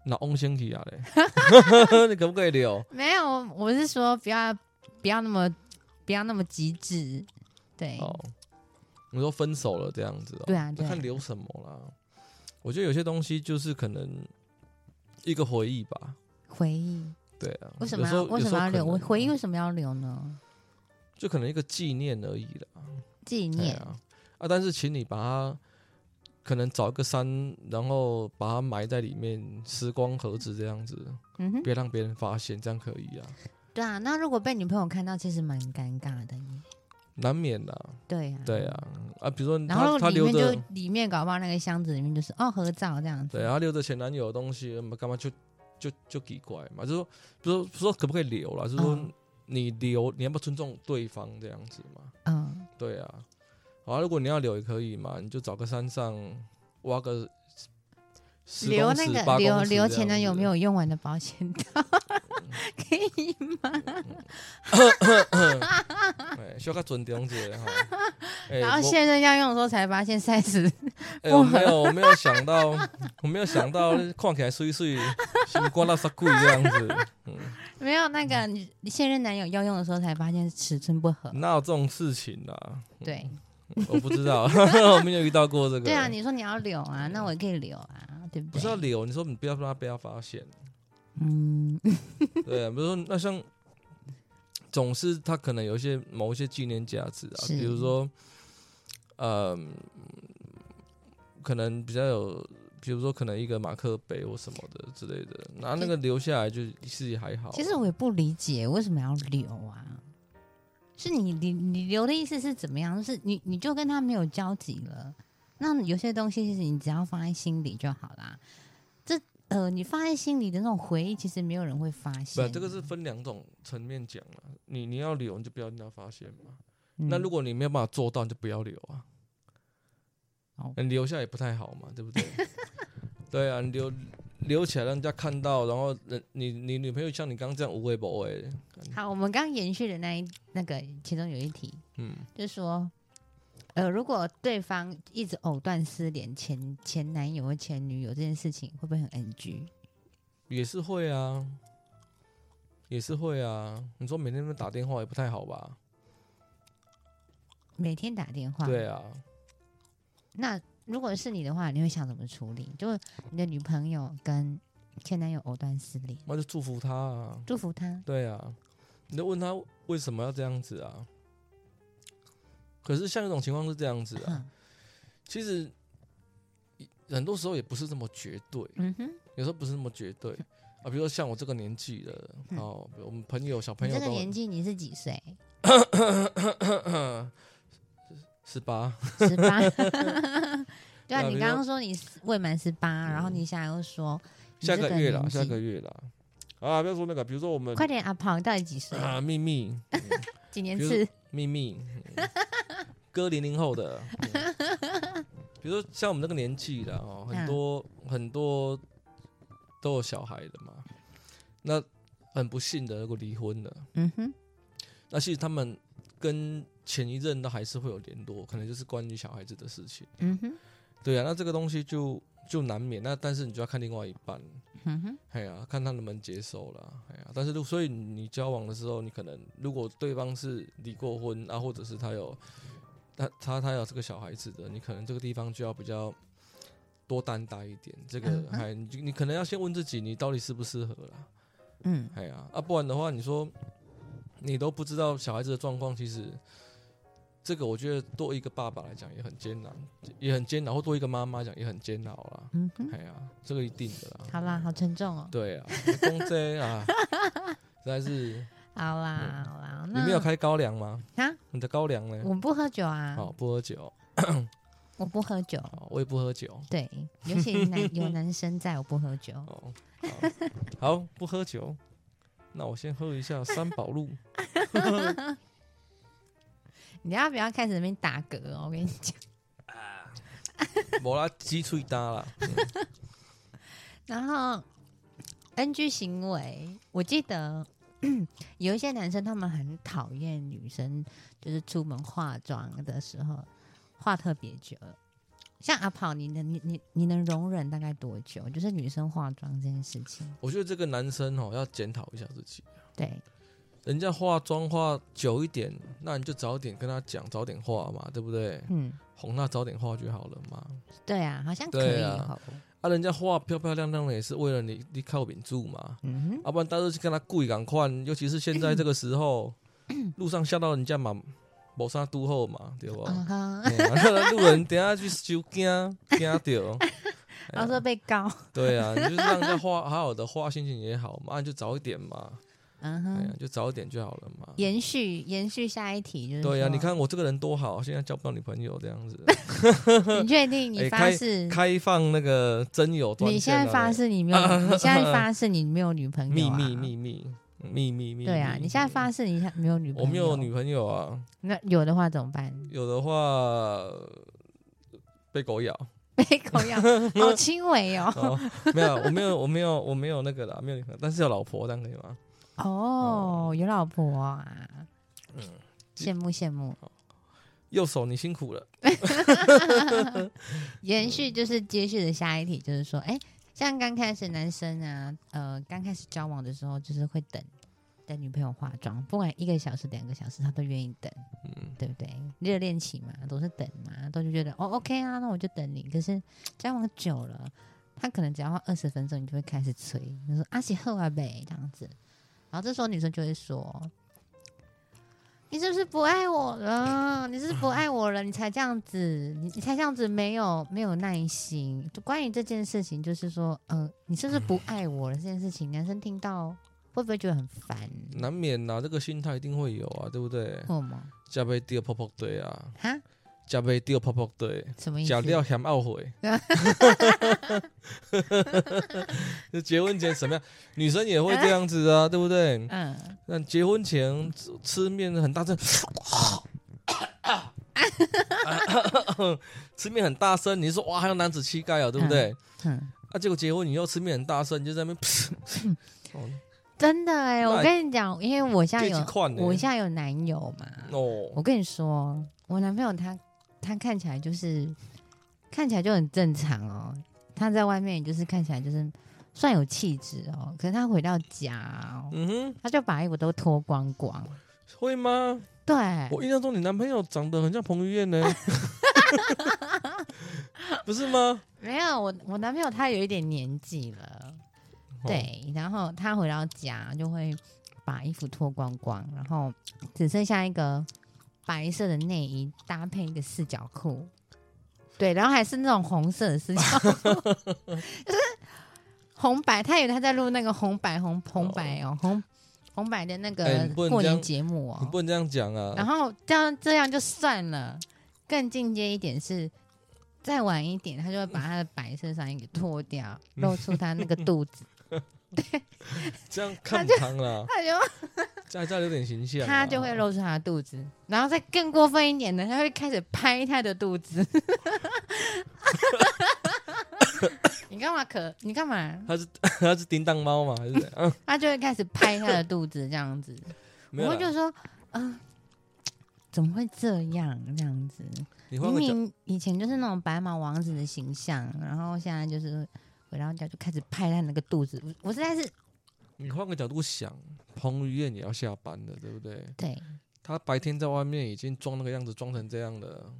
Speaker 2: 那翁先去 啊嘞，你可不可以留？
Speaker 1: 没有，我我是说不要不要那么不要那么极致，对、
Speaker 2: 哦，你说分手了这样子哦，
Speaker 1: 哎对啊，
Speaker 2: 那
Speaker 1: 对啊
Speaker 2: 看留什么啦。我觉得有些东西就是可能一个回忆吧，
Speaker 1: 回忆
Speaker 2: 对啊。
Speaker 1: 为什么
Speaker 2: 有时
Speaker 1: 要
Speaker 2: 候
Speaker 1: 为什么要留？我回忆，
Speaker 2: 有时
Speaker 1: 为什
Speaker 2: 候可能啊嗯
Speaker 1: 么要留呢？
Speaker 2: 就可能一个纪念而已啦。
Speaker 1: 纪
Speaker 2: 对
Speaker 1: 念
Speaker 2: 啊，啊，但是请你把它可能找一个山，然后把它埋在里面，时光盒子这样子，
Speaker 1: 嗯哼，
Speaker 2: 别让别人发现，这样可以啊，
Speaker 1: 对啊，那如果被女朋友看到，其实蛮尴尬的耶，
Speaker 2: 难免啦，
Speaker 1: 对啊，
Speaker 2: 对。啊，啊，比如说
Speaker 1: 然
Speaker 2: 他
Speaker 1: 后
Speaker 2: 他
Speaker 1: 里
Speaker 2: 留
Speaker 1: 面就
Speaker 2: 着，
Speaker 1: 里面搞不好那个箱子里面就是哦合照这样子，
Speaker 2: 对啊，他留着前男友的东西，那么干嘛就就就奇怪嘛，就是说，比如说比如说可不可以留啦，就是说
Speaker 1: 嗯
Speaker 2: 你留，你要不要尊重对方这样子嘛，
Speaker 1: 嗯，
Speaker 2: 对啊，好啊，如果你要留也可以嘛，你就找个山上挖个。十公
Speaker 1: 留那
Speaker 2: 尺
Speaker 1: 个
Speaker 2: 八
Speaker 1: 留
Speaker 2: 公尺
Speaker 1: 留
Speaker 2: 这
Speaker 1: 前男
Speaker 2: 样
Speaker 1: 友
Speaker 2: 子嗯
Speaker 1: 没有用完的保险套， 可以吗？
Speaker 2: 哎，需要较尊重一下 哈。哎
Speaker 1: 然后
Speaker 2: 我
Speaker 1: 现任要用的时候才发现 size
Speaker 2: 哎、
Speaker 1: 不
Speaker 2: 我没有，我没有想到，我没有想到，看起来水水，心光到啥鬼这样子，
Speaker 1: 没有那
Speaker 2: 嗯
Speaker 1: 个你现任男友要用的时候才发现尺寸不合。
Speaker 2: 哪有这种事情啊？
Speaker 1: 对
Speaker 2: 我不知道， 我没有遇到过这个。
Speaker 1: 对啊，你说你要留啊，那我也可以留啊，对不
Speaker 2: 嗯不
Speaker 1: 对？
Speaker 2: 是要留，你说你不要让他被他发现，
Speaker 1: 嗯，
Speaker 2: 对、啊，比如说那像，总是他可能有一些某一些纪念价值啊，
Speaker 1: 是
Speaker 2: 比如说，嗯、可能比较有，比如说可能一个马克杯或什么的之类的，那那个留下来就其实还好啊。
Speaker 1: 其实我也不理解为什么要留啊。是你你你留的意思是怎么样？就是你你就跟他没有交集了。那有些东西其实你只要放在心里就好啦。这呃，你放在心里的那种回忆，其实没有人会发
Speaker 2: 不，
Speaker 1: 现。
Speaker 2: 这个是分两种层面讲啊。你你要留，你就不要让他发现嘛。
Speaker 1: 嗯
Speaker 2: 那如果你没有办法做到，你就不要留啊。
Speaker 1: 哦
Speaker 2: 你留下也不太好嘛，对不 对？对啊，你留留起来，让人家看到，然后人你你女朋友像你刚刚这样无微不微，
Speaker 1: 好，我们刚延续的那一那个其中有一题，
Speaker 2: 嗯，
Speaker 1: 就是说，呃，如果对方一直藕断丝连前前男友或前女友这件事情，会不会很 NG？
Speaker 2: 也是会啊，也是会啊。你说每天都打电话也不太好吧？
Speaker 1: 每天打电话，
Speaker 2: 对啊，
Speaker 1: 那如果是你的话，你会想怎么处理？就是你的女朋友跟前男友藕断丝连，
Speaker 2: 那就祝福他啊。
Speaker 1: 祝福他。
Speaker 2: 对啊，你就问他为什么要这样子啊？可是像一种情况是这样子 啊，
Speaker 1: 哼
Speaker 2: 其实一很多时候也不是这么绝对，
Speaker 1: 嗯哼，
Speaker 2: 有时候不是那么绝对啊。比如说像我这个年纪了，
Speaker 1: 嗯
Speaker 2: 哦，我们朋友小朋
Speaker 1: 你
Speaker 2: 友
Speaker 1: 这个年
Speaker 2: 都
Speaker 1: 纪你是几 岁？
Speaker 2: 十八，
Speaker 1: 十 八。对啊，
Speaker 2: 对啊
Speaker 1: 你
Speaker 2: 比如
Speaker 1: 刚刚说你未满十八，然后你现在又说你
Speaker 2: 下
Speaker 1: 这
Speaker 2: 个月啦，
Speaker 1: 年
Speaker 2: 下
Speaker 1: 纪
Speaker 2: 个月啦。啊，不要说那个，比如说我们
Speaker 1: 快点阿胖，你到底几岁？
Speaker 2: 啊，秘密
Speaker 1: 几年
Speaker 2: 比如
Speaker 1: 次？
Speaker 2: 秘密，嗯哥零零后的，嗯比如说像我们这个年纪的哦，很
Speaker 1: 嗯
Speaker 2: 多很多都有小孩的嘛，那很不幸的如果离婚了。
Speaker 1: 嗯哼，
Speaker 2: 那其实他们跟前一任都还是会有联络，可能就是关于小孩子的事情。
Speaker 1: 嗯哼，
Speaker 2: 对啊，那这个东西就就难免。那但是你就要看另外一半，
Speaker 1: 嗯哼，
Speaker 2: 哎呀、看他能不能接受啦，哎呀、但是如所以你交往的时候，你可能如果对方是离过婚啊，或者是他有他他他有这个小孩子的，你可能这个地方就要比较多担待一点。这个
Speaker 1: 嗯哼
Speaker 2: 哎、你就你可能要先问自己，你到底适不适合啦。
Speaker 1: 嗯，
Speaker 2: 哎呀，啊，不然的话，你说你都不知道小孩子的状况，其实这个我觉得多一个爸爸来讲也很艰难，也很艰难，或多一个妈妈讲也很煎熬啦。
Speaker 1: 嗯哼，
Speaker 2: 哎呀，这个一定的啦。
Speaker 1: 好啦，好沉重哦。
Speaker 2: 对啊，公 J 啊，实在是
Speaker 1: 好啦，好啦，
Speaker 2: 你
Speaker 1: 那
Speaker 2: 没有开高粱吗？
Speaker 1: 啊？
Speaker 2: 你的高粱呢？
Speaker 1: 我不喝酒啊，
Speaker 2: 好，不喝酒，
Speaker 1: 我不喝酒。
Speaker 2: 好，我也不喝酒。
Speaker 1: 对，尤其男有男生在，我不喝酒。
Speaker 2: 哦，好好，不喝酒，那我先喝一下三宝路。
Speaker 1: 你要不要开始那边打嗝哦？我跟你讲。
Speaker 2: 我啦，鸡脆搭啦。
Speaker 1: 然后 NG 行为，我记得 有一些男生他们很讨厌女生，就是出门化妆的时候化特别久。像阿跑，你能你你你能容忍大概多久？就是女生化妆这件事情，
Speaker 2: 我觉得这个男生哦，要检讨一下自己。
Speaker 1: 对，
Speaker 2: 人家化妆化久一点，那你就早点跟他讲，早点化嘛，对不对？
Speaker 1: 嗯，
Speaker 2: 哄他早点化就好了嘛。
Speaker 1: 对啊，好像可以
Speaker 2: 对啊
Speaker 1: 哦，
Speaker 2: 啊，人家化漂漂亮亮的也是为了你，你靠饼住嘛。
Speaker 1: 嗯哼，
Speaker 2: 要、不然大家去跟他故意赶快，尤其是现在这个 时候，路上吓到人家嘛，谋杀都后嘛，对不？
Speaker 1: 嗯哼，
Speaker 2: 哎呀路人等下去收 惊惊掉，
Speaker 1: 然后说被告，
Speaker 2: 对啊，你就是让人家化好好的化，心情也好嘛，啊你就早一点嘛，
Speaker 1: 嗯
Speaker 2: 哎呀
Speaker 1: 哼，，
Speaker 2: 就早一点就好了嘛。
Speaker 1: 延续延续下一题就是，
Speaker 2: 对呀、啊你，看我这个人多好，现在交不到女朋友这样 子。
Speaker 1: 你确定你
Speaker 2: 哎
Speaker 1: 发
Speaker 2: 开
Speaker 1: 誓？
Speaker 2: 开放那个真友专线啊，
Speaker 1: 你现在发誓 你没有，你现在发誓你没有女朋
Speaker 2: 秘
Speaker 1: 友、啊，
Speaker 2: 密秘密秘密秘
Speaker 1: 对啊，
Speaker 2: 密
Speaker 1: 你现在发誓你现在没有女朋友，
Speaker 2: 我没有女，朋友啊，
Speaker 1: 那有的话怎么办？
Speaker 2: 有的话被狗 咬。
Speaker 1: 被狗咬，好轻微哦。
Speaker 2: 哦，没有，我没有，我没有，我没有那个啦，没有女朋友，但是有啊老婆，这样可以吗？
Speaker 1: 哦，有老婆啊，
Speaker 2: 嗯
Speaker 1: 羡慕羡慕。
Speaker 2: 右手你辛苦了，
Speaker 1: 延续就是接续的下一题，就是说，哎、像刚开始男生啊，呃，刚开始交往的时候，就是会等等女朋友化妆，不管一个小时、两个小时，他都愿意等，
Speaker 2: 嗯，
Speaker 1: 对不对？热恋期嘛，都是等嘛，都是觉得哦，OK 啊，那我就等你。可是交往久了，他可能只要花二十分钟，你就会开始催，你说阿喜后啊呗这样子，然后这时候女生就会说。你是不是不爱我了？你是不是不爱我了？你才这样子，你你才这样子，没有没有耐心。就关于这件事情，就是说，嗯、你是不是不爱我了？这件事情，男生听到会不会觉得很烦？
Speaker 2: 难免啊呐、这个心态一定会有啊，对不对？
Speaker 1: 或吗？
Speaker 2: 加杯掉泡泡对啊，
Speaker 1: 哈？
Speaker 2: 加杯掉泡泡对。
Speaker 1: 什么意思？
Speaker 2: 假料嫌懊悔，就结婚前什么样，女生也会这样子 啊，对不对？
Speaker 1: 嗯，
Speaker 2: 那结婚前吃吃面很 大声，吃面很大声，你说哇，还有男子气概啊，对不对？
Speaker 1: 嗯，
Speaker 2: 啊，结果结婚你又吃面很大声，你就在那边哦
Speaker 1: 真的哎、
Speaker 2: 那
Speaker 1: 我跟你讲，因为我现在
Speaker 2: 这
Speaker 1: 有
Speaker 2: 几款呢
Speaker 1: 啊我现在有男友嘛，
Speaker 2: 哦，
Speaker 1: 我跟你说，我男朋友他他看起来就是看起来就很正常哦，他在外面就是看起来就是算有气质哦，可是他回到家、哦，
Speaker 2: 嗯
Speaker 1: 他就把衣服都脱光光，
Speaker 2: 哼，会吗？
Speaker 1: 对，
Speaker 2: 我印象中你男朋友长得很像彭于 晏呢，不是吗？
Speaker 1: 没有我我男朋友他有一点年纪了，
Speaker 2: 哦，
Speaker 1: 对，然后他回到家就会把衣服脱光光，然后只剩下一个白色的内衣搭配一个四角裤，对，然后还是那种红色的四角裤， 就是红白。他以为他在录那个红白红红白哦红红白的那
Speaker 2: 哎
Speaker 1: 个
Speaker 2: 你不能
Speaker 1: 过
Speaker 2: 这
Speaker 1: 年
Speaker 2: 样
Speaker 1: 节目
Speaker 2: 你
Speaker 1: 哦，
Speaker 2: 不能这样讲啊。
Speaker 1: 然后这样这样就算了，更进阶一点是，再晚一点，他就会把他的白色上衣给脱掉，露出他那个肚 子，
Speaker 2: 这样看汤啊啦，
Speaker 1: 他就
Speaker 2: 再再有点形象啊，
Speaker 1: 他就会露出他的肚子，然后再更过分一点的，他会开始拍他的肚子。 你干嘛可？你干嘛？
Speaker 2: 他是 他是叮当猫嘛，还是怎样？ 嗯
Speaker 1: 他就会开始拍他的肚子这样子。
Speaker 2: 没有
Speaker 1: 我
Speaker 2: 啦
Speaker 1: 会就说，嗯、呃怎么会这样这样子？
Speaker 2: 你换
Speaker 1: 明
Speaker 2: 个角，
Speaker 1: 明以前就是那种白马王子的形象，然后现在就是回到家就开始拍他那个肚子，我我实在是
Speaker 2: 你换个角度想，彭于晏也要下班了，对不对？
Speaker 1: 对
Speaker 2: 他白天在外面已经装那个样子，装成这样了，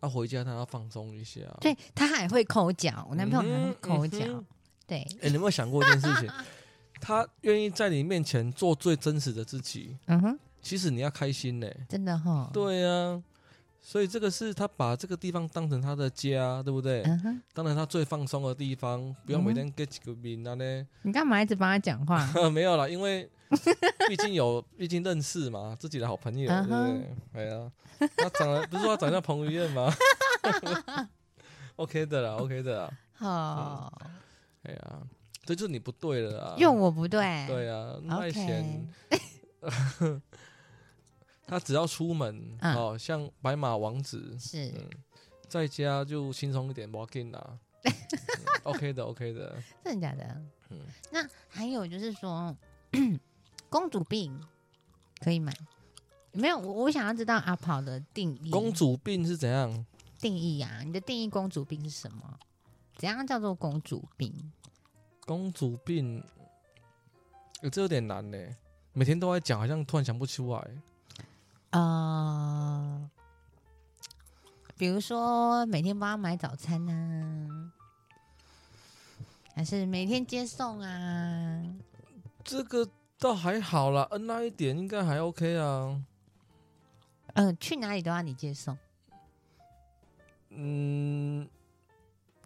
Speaker 2: 他、回家他要放松一下。
Speaker 1: 对，他还会抠脚，我男朋友还会抠脚，
Speaker 2: 嗯哼
Speaker 1: 对，
Speaker 2: 哎、你有没有想过一件事情？ 他愿意在你面前做最真实的自己，
Speaker 1: 嗯哼，
Speaker 2: 其实你要开心呢、
Speaker 1: 真的哈，，
Speaker 2: 对呀、所以这个是他把这个地方当成他的家，对不对？
Speaker 1: 嗯哼，
Speaker 2: 当然他最放松的地方，不要每
Speaker 1: 嗯
Speaker 2: 天跟几个名啊呢。
Speaker 1: 你干嘛一直帮他讲话？
Speaker 2: 没有啦，因 为毕竟有，毕竟认识嘛，自己的好朋友，对
Speaker 1: 嗯
Speaker 2: 不
Speaker 1: 哼
Speaker 2: 对？对啊，他长得不是说他长得像彭于晏吗 ？OK 的啦，OK 的啦，
Speaker 1: 哦，
Speaker 2: 哎呀、这就是你不对了啊。
Speaker 1: 用我不对，
Speaker 2: 对啊，
Speaker 1: ，OK
Speaker 2: 麦贤， 他只要出门、
Speaker 1: 嗯
Speaker 2: 哦，像白马王子，
Speaker 1: 是
Speaker 2: 嗯，在家就轻松一点 w a l k i n 啦、嗯 OK 的 ，OK 的，
Speaker 1: 真的假的？
Speaker 2: 嗯
Speaker 1: 那还有就是说，公主病可以吗？没有，我我想要知道阿跑的定义，
Speaker 2: 公主病是怎样？
Speaker 1: 定义啊，你的定义公主病是什么？怎样叫做公主病？
Speaker 2: 公主病，呃这有点难呢。每天都在讲，好像突然想不出来。
Speaker 1: 呃，比如说每天帮他买早餐啊，还是每天接送啊？
Speaker 2: 这个倒还好啦，恩那一点应该还 OK 啊。
Speaker 1: 呃，去哪里都要你接送，
Speaker 2: 嗯，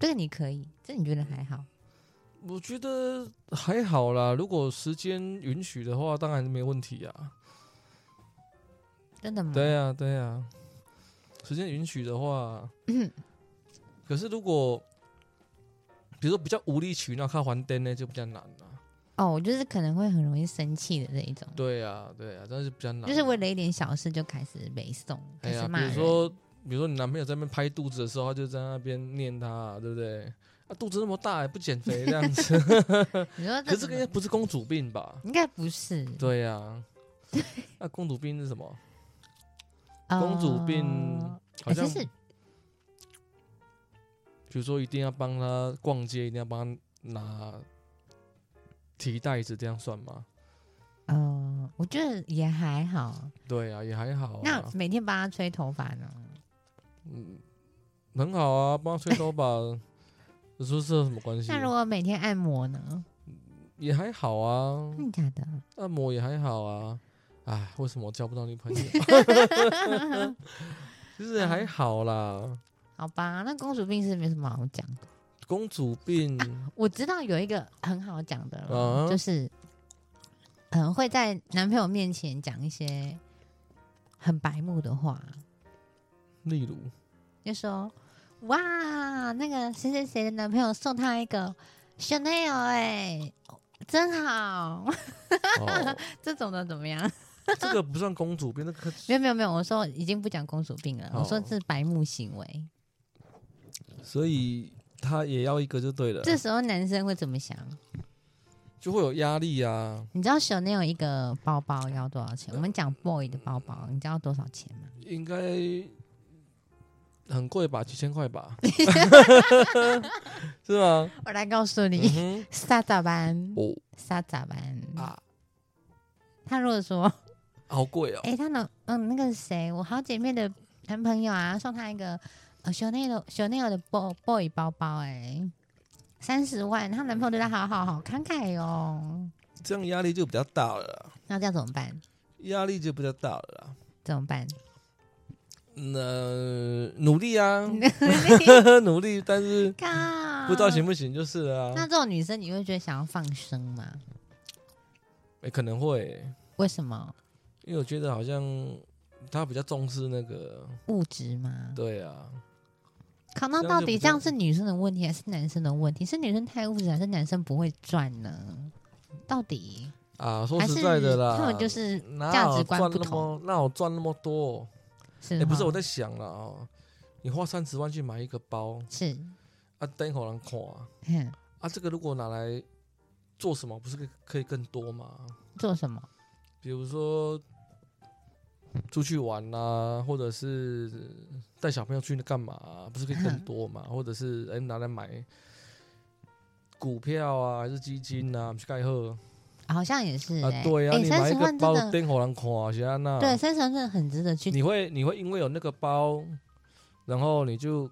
Speaker 1: 这个你可以，这你觉得还好？
Speaker 2: 我觉得还好啦。如果时间允许的话，当然没问题啊。
Speaker 1: 真的吗？
Speaker 2: 对啊，对啊，时间允许 的话，可是如果比如说比较无理取闹，看还灯呢，就比较难了、
Speaker 1: 哦，我就是可能会很容易生气的这一种，
Speaker 2: 对啊，对啊，但是比较难。
Speaker 1: 就是为了一点小事就开始北送，开
Speaker 2: 哎呀，
Speaker 1: 始
Speaker 2: 比
Speaker 1: 骂
Speaker 2: 如
Speaker 1: 人。
Speaker 2: 说，比如说你男朋友在那边拍肚子的时候，他就在那边念他、对不对？啊，肚子那么大还不减肥这样 子，
Speaker 1: 你说
Speaker 2: 可
Speaker 1: 这
Speaker 2: 是这
Speaker 1: 怎么
Speaker 2: 个应该不是公主病吧？
Speaker 1: 应该不是
Speaker 2: 对呀、那、公主病是 什么？公主病
Speaker 1: 呃
Speaker 2: 好像
Speaker 1: 哎其实
Speaker 2: 比如说一定要帮他逛街，一定要帮他拿提袋子，这样算吗？
Speaker 1: 呃，我觉得也还好。
Speaker 2: 对啊，也还好
Speaker 1: 那
Speaker 2: 啊，
Speaker 1: 每天帮他吹头发呢？
Speaker 2: 很好啊，帮他吹头发， 你说这有什么关系
Speaker 1: 那？如果每天按摩呢？
Speaker 2: 也还好啊，
Speaker 1: 真的假的？
Speaker 2: 按摩也还好啊。哎，为什么我交不到女 朋友？其实也还好啦，
Speaker 1: 好吧，那公主病是没什么好讲的。
Speaker 2: 公主 病，
Speaker 1: 我知道有一个很好讲的了，
Speaker 2: 嗯
Speaker 1: 就是可能会在男朋友面前讲一些很白目的话，
Speaker 2: 例如
Speaker 1: 就说：“哇，那个谁谁谁的男朋友送她一个 Chanel 哎、真好。
Speaker 2: 哦，”
Speaker 1: 这种的怎么样？
Speaker 2: 这个不算公主病，那个
Speaker 1: 没有没有没有，我说已经不讲公主病了，我说
Speaker 2: 哦
Speaker 1: 这是白目行为。
Speaker 2: 所以他也要一个就对了，
Speaker 1: 这时候男生会怎么想？
Speaker 2: 就会有压力啊。
Speaker 1: 你知道 Chanel 一个包包要多少钱？我们讲 boy 的包包，你知道多少钱吗？
Speaker 2: 应该很贵吧，几千 块吧，是吗？
Speaker 1: 我来告诉
Speaker 2: 嗯
Speaker 1: 你，
Speaker 2: 哼，
Speaker 1: 沙咋班，
Speaker 2: 哦
Speaker 1: 沙咋班。
Speaker 2: 啊，
Speaker 1: 他如果说，
Speaker 2: 好贵哦，
Speaker 1: 哎、他呢，嗯，那个谁，我好姐妹的男朋友啊，送她一个呃 Chanel Chanel 的 boy boy 包包、哎，三十万，她男朋友对她好好好慷慨哦，
Speaker 2: 这样压力就比较大了啦，
Speaker 1: 那这样怎么办？
Speaker 2: 压力就比较大了啦。
Speaker 1: 怎么办？
Speaker 2: 那、努力啊， 努力，但是
Speaker 1: 靠，
Speaker 2: 不知道行不行就是了
Speaker 1: 那
Speaker 2: 啊。
Speaker 1: 这种女生，你会觉得想要放生吗？
Speaker 2: 欸可能会欸、
Speaker 1: 为什么
Speaker 2: 因为我觉得好像他比较重视那个，
Speaker 1: 物质吗？
Speaker 2: 对啊，
Speaker 1: 考那
Speaker 2: 这样
Speaker 1: 到
Speaker 2: 就
Speaker 1: 底
Speaker 2: 比
Speaker 1: 这样
Speaker 2: 较
Speaker 1: 是女生的问题还是男生的问题？是女生太物质还是男生不会赚呢？到底
Speaker 2: 啊，说
Speaker 1: 还
Speaker 2: 实
Speaker 1: 是
Speaker 2: 在的啦，
Speaker 1: 他们就是
Speaker 2: 哪
Speaker 1: 价
Speaker 2: 有
Speaker 1: 值观
Speaker 2: 赚
Speaker 1: 不
Speaker 2: 那么，那我赚那么多，
Speaker 1: 是、啊
Speaker 2: 哎、不是我在想了哦，你花三十万去买一个包
Speaker 1: 是，
Speaker 2: 啊，等会人看啊，
Speaker 1: 哼
Speaker 2: 啊，这个如果拿来做什么，不是可以可以更多吗？
Speaker 1: 做什么？
Speaker 2: 比如说出去玩啊，或者是带小朋友去那干嘛啊、不是可以更多嘛？或者是哎、拿来买股票啊，还是基金啊，去盖贺
Speaker 1: 好像也是、
Speaker 2: 啊
Speaker 1: 欸？
Speaker 2: 对啊，
Speaker 1: 哎、
Speaker 2: 你
Speaker 1: 三
Speaker 2: 买一
Speaker 1: 十
Speaker 2: 个
Speaker 1: 万真
Speaker 2: 包
Speaker 1: 的，
Speaker 2: 灯火狼垮是安那？
Speaker 1: 对，三十万真的很值得去。
Speaker 2: 你会你会因为有那个包，然后你就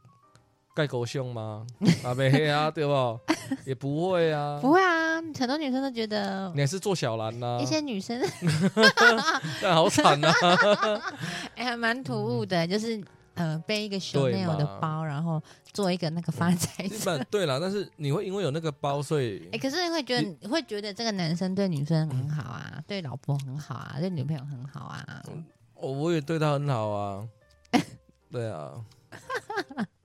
Speaker 2: 盖狗胸吗？啊，没黑啊，对吧？也不会啊，
Speaker 1: 不会啊，很多女生都觉得
Speaker 2: 你还啊是做小兰呐、
Speaker 1: 一些女 生
Speaker 2: 但好惨呐、
Speaker 1: 哎，还蛮突兀的，就是呃，背一个 Chanel 的
Speaker 2: 嗯嘛嗯
Speaker 1: 包，然然后做一个那个发财
Speaker 2: 一
Speaker 1: 者。
Speaker 2: 般对啦，但是你会因为有那个包，所以
Speaker 1: 哎、可是你会觉得会觉得这个男生对女生很好
Speaker 2: 嗯
Speaker 1: 啊，对老婆很好啊，对女朋友很好啊。
Speaker 2: 我哦我也对他很 好啊。对啊，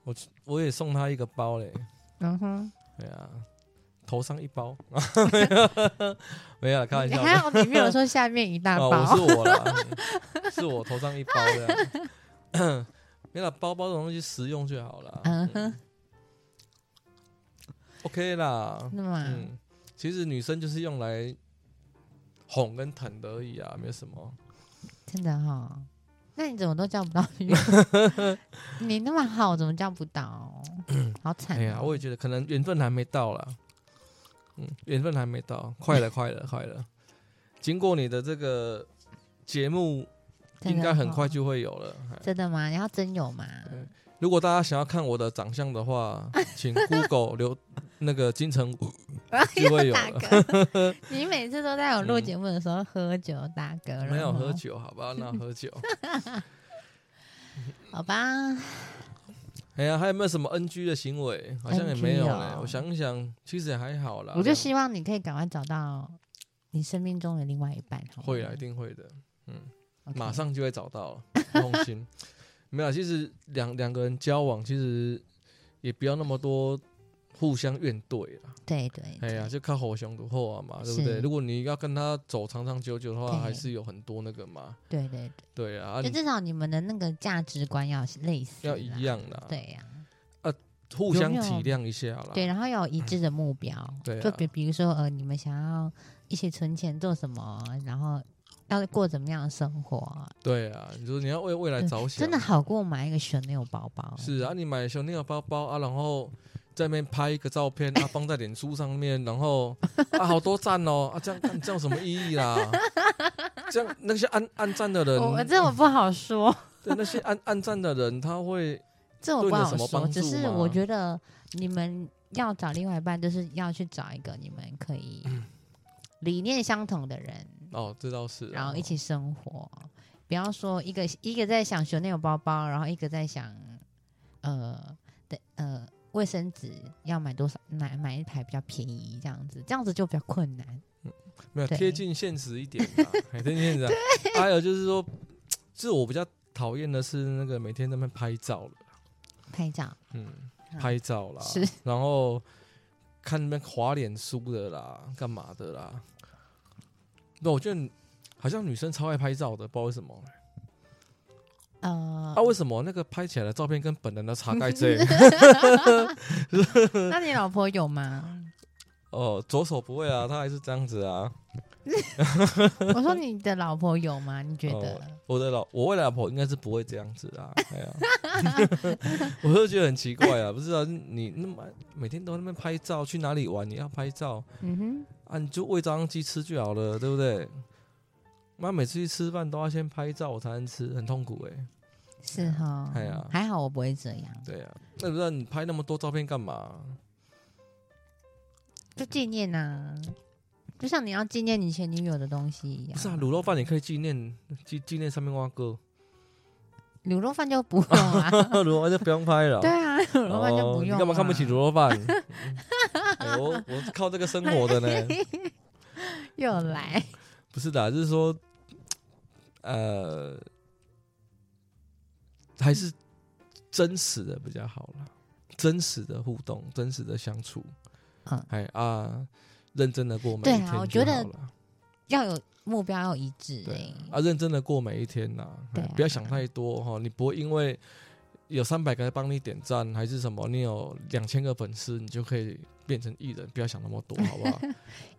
Speaker 2: 我我也送他一个包嘞。
Speaker 1: 嗯哼，
Speaker 2: 对啊，头上一包， 没有啦，开玩
Speaker 1: 你
Speaker 2: 笑
Speaker 1: 哎还
Speaker 2: 的。
Speaker 1: 好，你没有说下面一 大
Speaker 2: 啊，
Speaker 1: 包。
Speaker 2: 我是我啦，是我头上一包的。 没啦，包包这种东西实用就好了。
Speaker 1: 嗯
Speaker 2: 嗯
Speaker 1: 哼
Speaker 2: OK 啦，
Speaker 1: 那么、
Speaker 2: 嗯，其实女生就是用来哄跟疼的而已啊，没有什么。
Speaker 1: 真的哈、那你怎么都叫不到女？ 你那么好，怎么叫不到？好惨、哦！
Speaker 2: 哎呀，我也觉得可能缘分还没到啦。嗯，缘分还没到，快了，快了，快了。经过你的这个节目，
Speaker 1: 真
Speaker 2: 应
Speaker 1: 的
Speaker 2: 该很
Speaker 1: 哦
Speaker 2: 快就会有了。哎
Speaker 1: 真的吗？你要真有 吗？
Speaker 2: 对如果大家想要看我的长相 的话，请 Google 留那个金城武 就会有
Speaker 1: 大
Speaker 2: 了。
Speaker 1: 哥， 你每次都在我录节目的时候喝酒，大哥。
Speaker 2: 没有
Speaker 1: 然后
Speaker 2: 喝，酒，好 吧，那喝酒。
Speaker 1: 好吧？
Speaker 2: 哎呀，还有没有什么 NG 的行为？好像也
Speaker 1: NG
Speaker 2: 没有嘞、
Speaker 1: 哦
Speaker 2: 我想一想，其实也还好啦。
Speaker 1: 我就
Speaker 2: 对
Speaker 1: 希望你可以赶快找到你生命中的另外一半，好吗
Speaker 2: 会啊，一定会的，
Speaker 1: OK
Speaker 2: 马上就会找到了， 不用心。没有啊，其实两两个人交往，其实也不要那么多互相怨怼啦。
Speaker 1: 对对，
Speaker 2: 哎呀，
Speaker 1: 对，
Speaker 2: 就靠火熊毒后啊嘛，对不
Speaker 1: 是
Speaker 2: 对？如果你要跟他走长长久久的话，
Speaker 1: 对
Speaker 2: 还是有很多那个嘛。
Speaker 1: 对对
Speaker 2: 对啊，啊
Speaker 1: 对，就
Speaker 2: 你
Speaker 1: 至少你们的那个价值观要类似，
Speaker 2: 要一，啊样的，
Speaker 1: 对呀，
Speaker 2: 互相
Speaker 1: 有没
Speaker 2: 体
Speaker 1: 有
Speaker 2: 谅一下啦。
Speaker 1: 对，然后要有一致的目标，
Speaker 2: 啊 对啊
Speaker 1: 就比比如说呃，你们想要一起存钱做什么，然后要过怎么样的生活，
Speaker 2: 对啊，你说你要为未来
Speaker 1: 对
Speaker 2: 着想，
Speaker 1: 嗯
Speaker 2: 啊
Speaker 1: 真的好过买一个 Chanel 包包，
Speaker 2: 是啊，你买熊 l 包包啊，然后在那边拍一个照片啊，放在脸书上面，然后啊，好多赞哦，啊，这样干这样有什么意义啦？这样那些按按赞的人，
Speaker 1: 哦我我这我不好说。
Speaker 2: 对那些按按赞的人，他会
Speaker 1: 这我
Speaker 2: 对
Speaker 1: 不
Speaker 2: 你有
Speaker 1: 好
Speaker 2: 什么
Speaker 1: 说，
Speaker 2: 帮
Speaker 1: 只
Speaker 2: 助
Speaker 1: 是
Speaker 2: 吗
Speaker 1: 我觉得你们要找另外一半，就是要去找一个你们可以
Speaker 2: 嗯
Speaker 1: 理念相同的人，
Speaker 2: 哦，这倒是啊、
Speaker 1: 然后一起生活。不要说一个一个在想学那种包包，然后一个在想呃的呃卫生纸要买多少，买买一台比较便宜这样子，这样子就比较困难。
Speaker 2: 没有
Speaker 1: 对
Speaker 2: 贴近现实一点 啦，哎贴近现实啊。还有就是说，是我比较讨厌的是那个每天在那边拍照了，
Speaker 1: 拍照
Speaker 2: 嗯，
Speaker 1: 嗯
Speaker 2: 拍照啦，
Speaker 1: 是
Speaker 2: 然后看那边滑脸书的啦，干嘛的啦？那我觉得好像女生超爱拍照的，不知道为什么。
Speaker 1: 呃
Speaker 2: 啊，，为什么那个拍起来的照片跟本人的差盖这？
Speaker 1: 那你老婆有吗？
Speaker 2: 哦，左手不会啊，他还是这样子啊。
Speaker 1: 我说你的老婆有吗？你觉得？
Speaker 2: 我的老我未来老婆应该是不会这样子啊，哎呀， 我就觉得很奇怪啊，不知道、你那么每天都在那边拍照，去哪里玩你要拍照
Speaker 1: 嗯哼。
Speaker 2: 啊，你就喂张鸡吃就好了，对不对？妈每次去吃饭都要先拍照，我才能吃，很痛苦哎、
Speaker 1: 是哈，
Speaker 2: 哎呀
Speaker 1: 还好我不会这样，
Speaker 2: 对呀、那不知道你拍那么多照片干嘛？
Speaker 1: 就纪念呐、就像你要纪念你前女友的东西一
Speaker 2: 不是啊，
Speaker 1: 样。
Speaker 2: 卤肉饭你可以纪念纪纪念上面 蛙哥，
Speaker 1: 卤肉饭就不用 啊，
Speaker 2: 卤肉饭就不用拍 了。
Speaker 1: 对啊，卤肉饭就
Speaker 2: 哦
Speaker 1: 不
Speaker 2: 你
Speaker 1: 用、啊。
Speaker 2: 干嘛看不起卤？肉饭？ 哎我我是靠这个生活 的呢。
Speaker 1: 又来，
Speaker 2: 不是的，啊就是说，呃，还是真实的比较好啦，真实的互动，真实的相处，
Speaker 1: 嗯，
Speaker 2: 哎啊，认真的过每
Speaker 1: 对
Speaker 2: 一
Speaker 1: 啊
Speaker 2: 天就好
Speaker 1: 我觉得
Speaker 2: 了
Speaker 1: 要有目标，要有一致、
Speaker 2: 对
Speaker 1: 欸。
Speaker 2: 啊，认真的过每一天呐、哎
Speaker 1: 对啊
Speaker 2: 不要想太多哈、你不会因为有三百个人帮你点赞，还是什么，你有两千个粉丝，你就可以变成艺人，不要想那么多，好不好？哎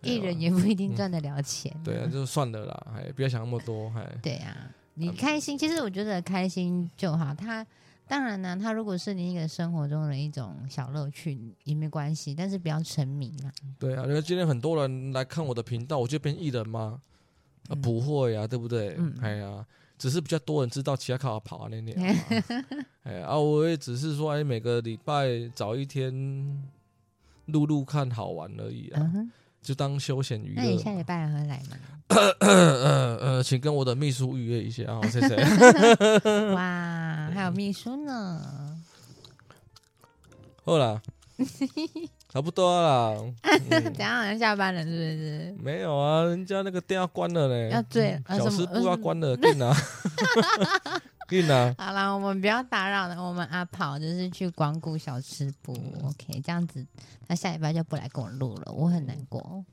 Speaker 1: 艺人
Speaker 2: 也嗯
Speaker 1: 也不一定赚得了钱、
Speaker 2: 啊对啊，就算了啦，哎，不要想那么多，哎。
Speaker 1: 对啊，你开心，其实我觉得开心就好。他当然呢，他如果是你一个生活中的一种小乐趣也没关系，但是不要沉迷啊。
Speaker 2: 对啊，因为今天很多人来看我的频道，我就变艺人吗？啊，
Speaker 1: 嗯
Speaker 2: 不会啊，对不对？
Speaker 1: 嗯
Speaker 2: 哎呀，只是比较多人知道其他卡跑啊那点。 哎啊，我也只是说，哎，每个礼拜找一天录录看好玩而已啊，
Speaker 1: 嗯哼，
Speaker 2: 就当休闲娱
Speaker 1: 那你
Speaker 2: 乐
Speaker 1: 下
Speaker 2: 嘛。
Speaker 1: 礼拜还会来吗？
Speaker 2: 呃呃，请跟我的秘书预约 一下啊，谢谢。
Speaker 1: 哇，还有秘书呢。
Speaker 2: 好啦，差不多啦。嗯
Speaker 1: 怎样？人下班了是不是？
Speaker 2: 没有啊，人家那个店要关了嘞，
Speaker 1: 要对呃
Speaker 2: 小
Speaker 1: 什
Speaker 2: 吃
Speaker 1: 么
Speaker 2: 部要关了，定啊， 定啊，
Speaker 1: 好啦，我们不要打扰了。我们阿跑就是去光顾小吃部、o k 这样子，他下礼拜就不来跟我录了，我很难过。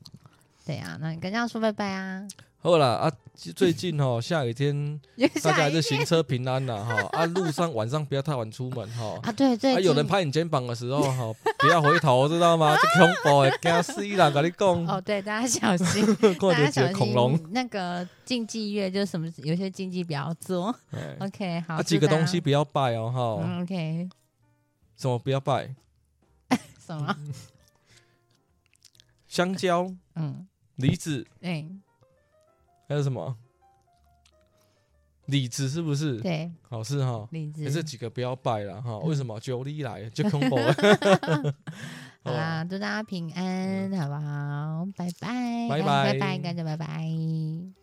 Speaker 1: 对啊，那你跟这样说拜拜 啊，
Speaker 2: 好啦啊，最近哦，下 雨天
Speaker 1: 因为
Speaker 2: 大家
Speaker 1: 下
Speaker 2: 还
Speaker 1: 一
Speaker 2: 是行车平安啦哈，啊，路上晚上不要太晚出门 哈。
Speaker 1: 啊，对对、
Speaker 2: 啊！有人拍你肩膀的时候，哈， 不要回头，知道吗？ 这恐怖的，惊死人！跟你
Speaker 1: 哦，
Speaker 2: 讲，
Speaker 1: 对，大家小 心，
Speaker 2: 过
Speaker 1: 大
Speaker 2: 年
Speaker 1: 家小
Speaker 2: 节
Speaker 1: 心
Speaker 2: 恐龙，
Speaker 1: 那个禁忌月就什么，有些禁忌不要做。
Speaker 2: 哎
Speaker 1: OK，好，
Speaker 2: 啊，几
Speaker 1: 知
Speaker 2: 个
Speaker 1: 道
Speaker 2: 东西不要拜哦，哈，
Speaker 1: 嗯，OK，
Speaker 2: 什么不要拜？
Speaker 1: 什么？
Speaker 2: 香蕉、
Speaker 1: 嗯，
Speaker 2: 梨子，
Speaker 1: 对
Speaker 2: 还有什么？李子是不是？
Speaker 1: 对，嗯
Speaker 2: 好是哈，
Speaker 1: 荔枝
Speaker 2: 欸、这几个不要拜了哈。为什么？九力来就 combo 哦
Speaker 1: 好啦，祝大家平安，好不好？拜拜，
Speaker 2: 嗯拜
Speaker 1: 干
Speaker 2: 拜
Speaker 1: 拜拜，跟着拜拜。